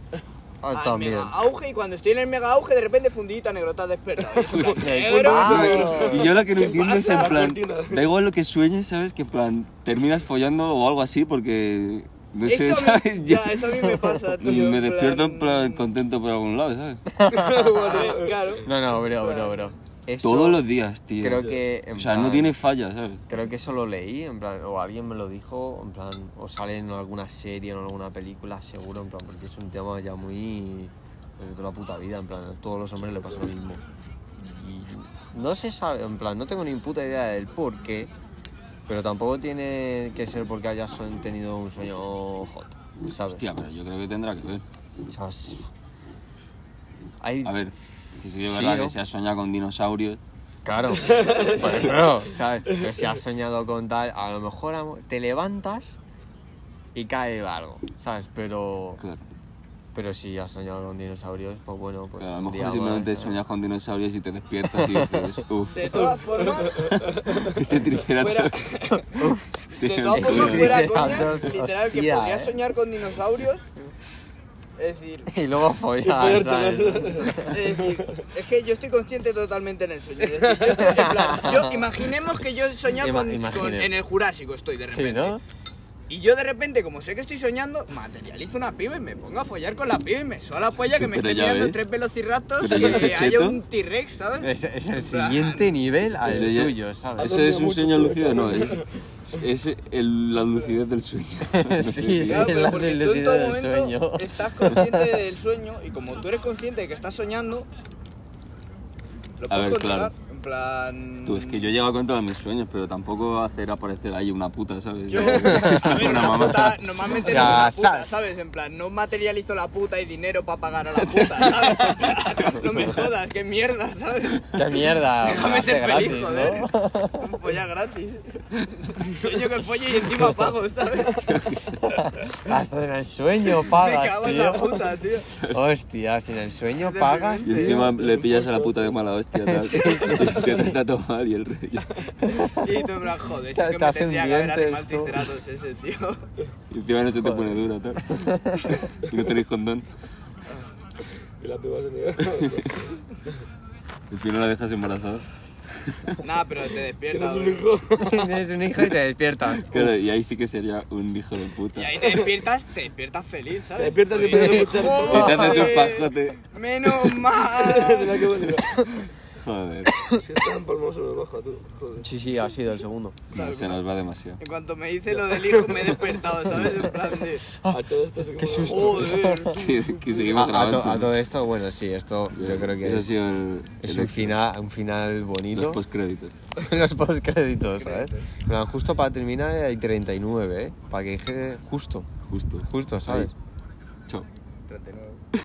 Speaker 8: Ah,
Speaker 10: al
Speaker 8: también.
Speaker 10: mega auge y cuando estoy en el mega auge de repente fundita negro te has despertado. Y es en plan,
Speaker 8: Justo.
Speaker 10: negro,
Speaker 8: Ah,
Speaker 4: Y yo lo que no
Speaker 10: ¿Qué
Speaker 4: entiendo es
Speaker 10: pasa?
Speaker 4: en
Speaker 10: La
Speaker 4: plan,
Speaker 10: cortina.
Speaker 4: da igual lo que sueñes, ¿sabes? Que en plan, terminas follando o algo así porque, no sé,
Speaker 10: eso, a mí-
Speaker 4: ¿sabes? Yo
Speaker 10: ya, eso a mí me pasa, tío.
Speaker 4: me despierto en plan pues, contento por algún lado, ¿sabes?
Speaker 10: Bueno, claro.
Speaker 8: No, no, bro, bro, bro. Eso
Speaker 4: Todos los días, tío.
Speaker 8: Creo que. en
Speaker 4: O sea, no
Speaker 8: plan-
Speaker 4: tiene falla, ¿sabes?
Speaker 8: Creo que eso lo leí, en plan, o alguien me lo dijo, en plan, o sale en alguna serie o en alguna película, seguro, en plan, porque es un tema ya muy. pues, de toda la puta vida, en plan, a todos los hombres le pasa lo mismo.
Speaker 1: Y no se sabe, en plan, no tengo ni puta idea del por qué, pero tampoco tiene que ser porque hayas son- tenido un sueño hot, ¿sabes?
Speaker 4: Hostia, pero yo creo que tendrá que ver.
Speaker 1: ¿Sabes? Hay-
Speaker 4: A ver, que sí que es
Speaker 1: Sí,
Speaker 4: verdad
Speaker 1: ¿no?
Speaker 4: que se ha soñado con dinosaurios.
Speaker 1: Claro, pues no, ¿sabes? Pero si has soñado con tal, a lo mejor am- te levantas y cae algo, ¿sabes? Pero,
Speaker 4: Claro.
Speaker 1: pero si has soñado con dinosaurios, pues bueno, pues.
Speaker 4: Pero a lo
Speaker 1: un día
Speaker 4: mejor
Speaker 1: más,
Speaker 4: simplemente
Speaker 10: eh,
Speaker 1: ¿sabes?
Speaker 4: soñas con dinosaurios y te despiertas y dices, uff,
Speaker 10: De todas formas,
Speaker 4: ese
Speaker 10: fuera,
Speaker 4: triceratops.
Speaker 10: de
Speaker 4: Tío,
Speaker 10: todas
Speaker 4: me
Speaker 10: formas
Speaker 4: suena.
Speaker 10: fuera
Speaker 1: Hostia,
Speaker 10: coñas, literal, que
Speaker 1: hostia,
Speaker 10: podrías
Speaker 1: eh.
Speaker 10: soñar con dinosaurios. Es decir,
Speaker 1: Y luego follar, ¿sabes?
Speaker 10: Es decir, es que yo estoy consciente totalmente en el sueño. Es decir, yo estoy en plan- yo- imaginemos que yo he soñado
Speaker 1: Ima-
Speaker 10: con- con-
Speaker 1: imagine.
Speaker 10: en el Jurásico, estoy de repente.
Speaker 1: Sí, ¿no?
Speaker 10: Y yo de repente, como sé que estoy soñando, materializo una piba y me pongo a follar con la piba y me suena la polla que me
Speaker 4: Pero
Speaker 10: esté
Speaker 4: ya
Speaker 10: mirando
Speaker 4: ves.
Speaker 10: tres velociraptors
Speaker 4: Pero ya
Speaker 10: y que
Speaker 4: ese
Speaker 10: haya
Speaker 4: cheto.
Speaker 10: un T-Rex, ¿sabes?
Speaker 1: Es, es el siguiente nivel al
Speaker 4: Eso Pues ya-
Speaker 1: tuyo, ¿sabes?
Speaker 4: ¿Eso es un sueño lúcido? No, es, es el- la lucidez del sueño. No sé,
Speaker 1: Sí,
Speaker 4: tío.
Speaker 10: Claro,
Speaker 1: es la
Speaker 10: Ah, pero porque tú en
Speaker 1: velocidad
Speaker 10: todo
Speaker 1: del
Speaker 10: momento
Speaker 1: sueño.
Speaker 10: estás consciente del sueño y como tú eres consciente de que estás soñando, lo
Speaker 4: A
Speaker 10: puedes
Speaker 4: ver,
Speaker 10: controlar.
Speaker 4: claro.
Speaker 10: En plan...
Speaker 4: Tú, es que yo he llegado a controlar mis sueños, pero tampoco hacer aparecer ahí una puta, ¿sabes?
Speaker 10: Yo, a ver,
Speaker 4: Una
Speaker 10: una
Speaker 4: mamá.
Speaker 10: puta, normalmente no
Speaker 1: Ya,
Speaker 10: es una puta,
Speaker 1: zas.
Speaker 10: ¿sabes? En plan, no materializo la puta y dinero para pagar a la puta, ¿sabes? En plan, No me jodas, qué mierda, ¿sabes?
Speaker 1: ¡Qué mierda!
Speaker 10: Déjame
Speaker 1: hace
Speaker 10: ser feliz,
Speaker 1: gratis,
Speaker 10: joder.
Speaker 1: ¿no?
Speaker 10: Un Follar gratis. Sueño que folle y encima pago, ¿sabes?
Speaker 1: Hasta en el sueño
Speaker 10: Me
Speaker 1: pagas,
Speaker 10: cago en la
Speaker 1: tío.
Speaker 10: puta, tío.
Speaker 1: Hostia, si en el sueño
Speaker 10: Es de
Speaker 1: pagas,
Speaker 4: Y
Speaker 1: tío.
Speaker 4: encima le pillas a la puta de mala hostia, tal. Que te trata mal y el rey.
Speaker 10: Y tú, en plan, joder,
Speaker 1: Te-
Speaker 10: si es que
Speaker 1: te
Speaker 10: me
Speaker 1: hace
Speaker 10: tendría
Speaker 1: un
Speaker 10: que haber
Speaker 1: diente
Speaker 10: animal
Speaker 1: esto.
Speaker 10: triceratops ese, tío.
Speaker 4: Y encima no se te pone duro, tal. Y no tenéis condón.
Speaker 3: Y la piba se niega.
Speaker 4: Al final la dejas embarazada.
Speaker 10: Nada, pero te despiertas.
Speaker 3: un
Speaker 10: bro.
Speaker 3: hijo.
Speaker 1: Tienes un hijo y te despiertas.
Speaker 4: Claro, y ahí sí que sería un hijo de puta.
Speaker 10: Y ahí te despiertas, te despiertas feliz, ¿sabes?
Speaker 3: Te despiertas y
Speaker 10: Oye,
Speaker 3: empiezas a escuchar todo.
Speaker 4: Y te haces un
Speaker 10: joder,
Speaker 4: pajote.
Speaker 10: Menos mal.
Speaker 3: Mira qué bonito.
Speaker 4: Joder,
Speaker 3: Si está tan palmoso me baja tú. Joder.
Speaker 1: Sí, sí, ha sido el segundo.
Speaker 4: no, se nos va demasiado.
Speaker 10: En cuanto me dice lo del hijo me he despertado, ¿sabes? En plan de...
Speaker 3: A Ah, todo esto se Qué
Speaker 10: Joder.
Speaker 4: Sí, que
Speaker 1: A,
Speaker 4: seguimos
Speaker 1: a to- a
Speaker 4: grabando.
Speaker 1: todo esto, bueno, sí, esto yo creo que
Speaker 4: Eso ha
Speaker 1: es,
Speaker 4: sido el,
Speaker 1: es
Speaker 4: el
Speaker 1: un,
Speaker 4: extra.
Speaker 1: final, un final bonito.
Speaker 4: Los postcréditos.
Speaker 1: Los postcréditos, ¿sabes? Bueno, justo para terminar hay 39, ¿eh? Para que dije justo,
Speaker 4: Justo.
Speaker 1: justo, ¿sabes?
Speaker 4: Chao.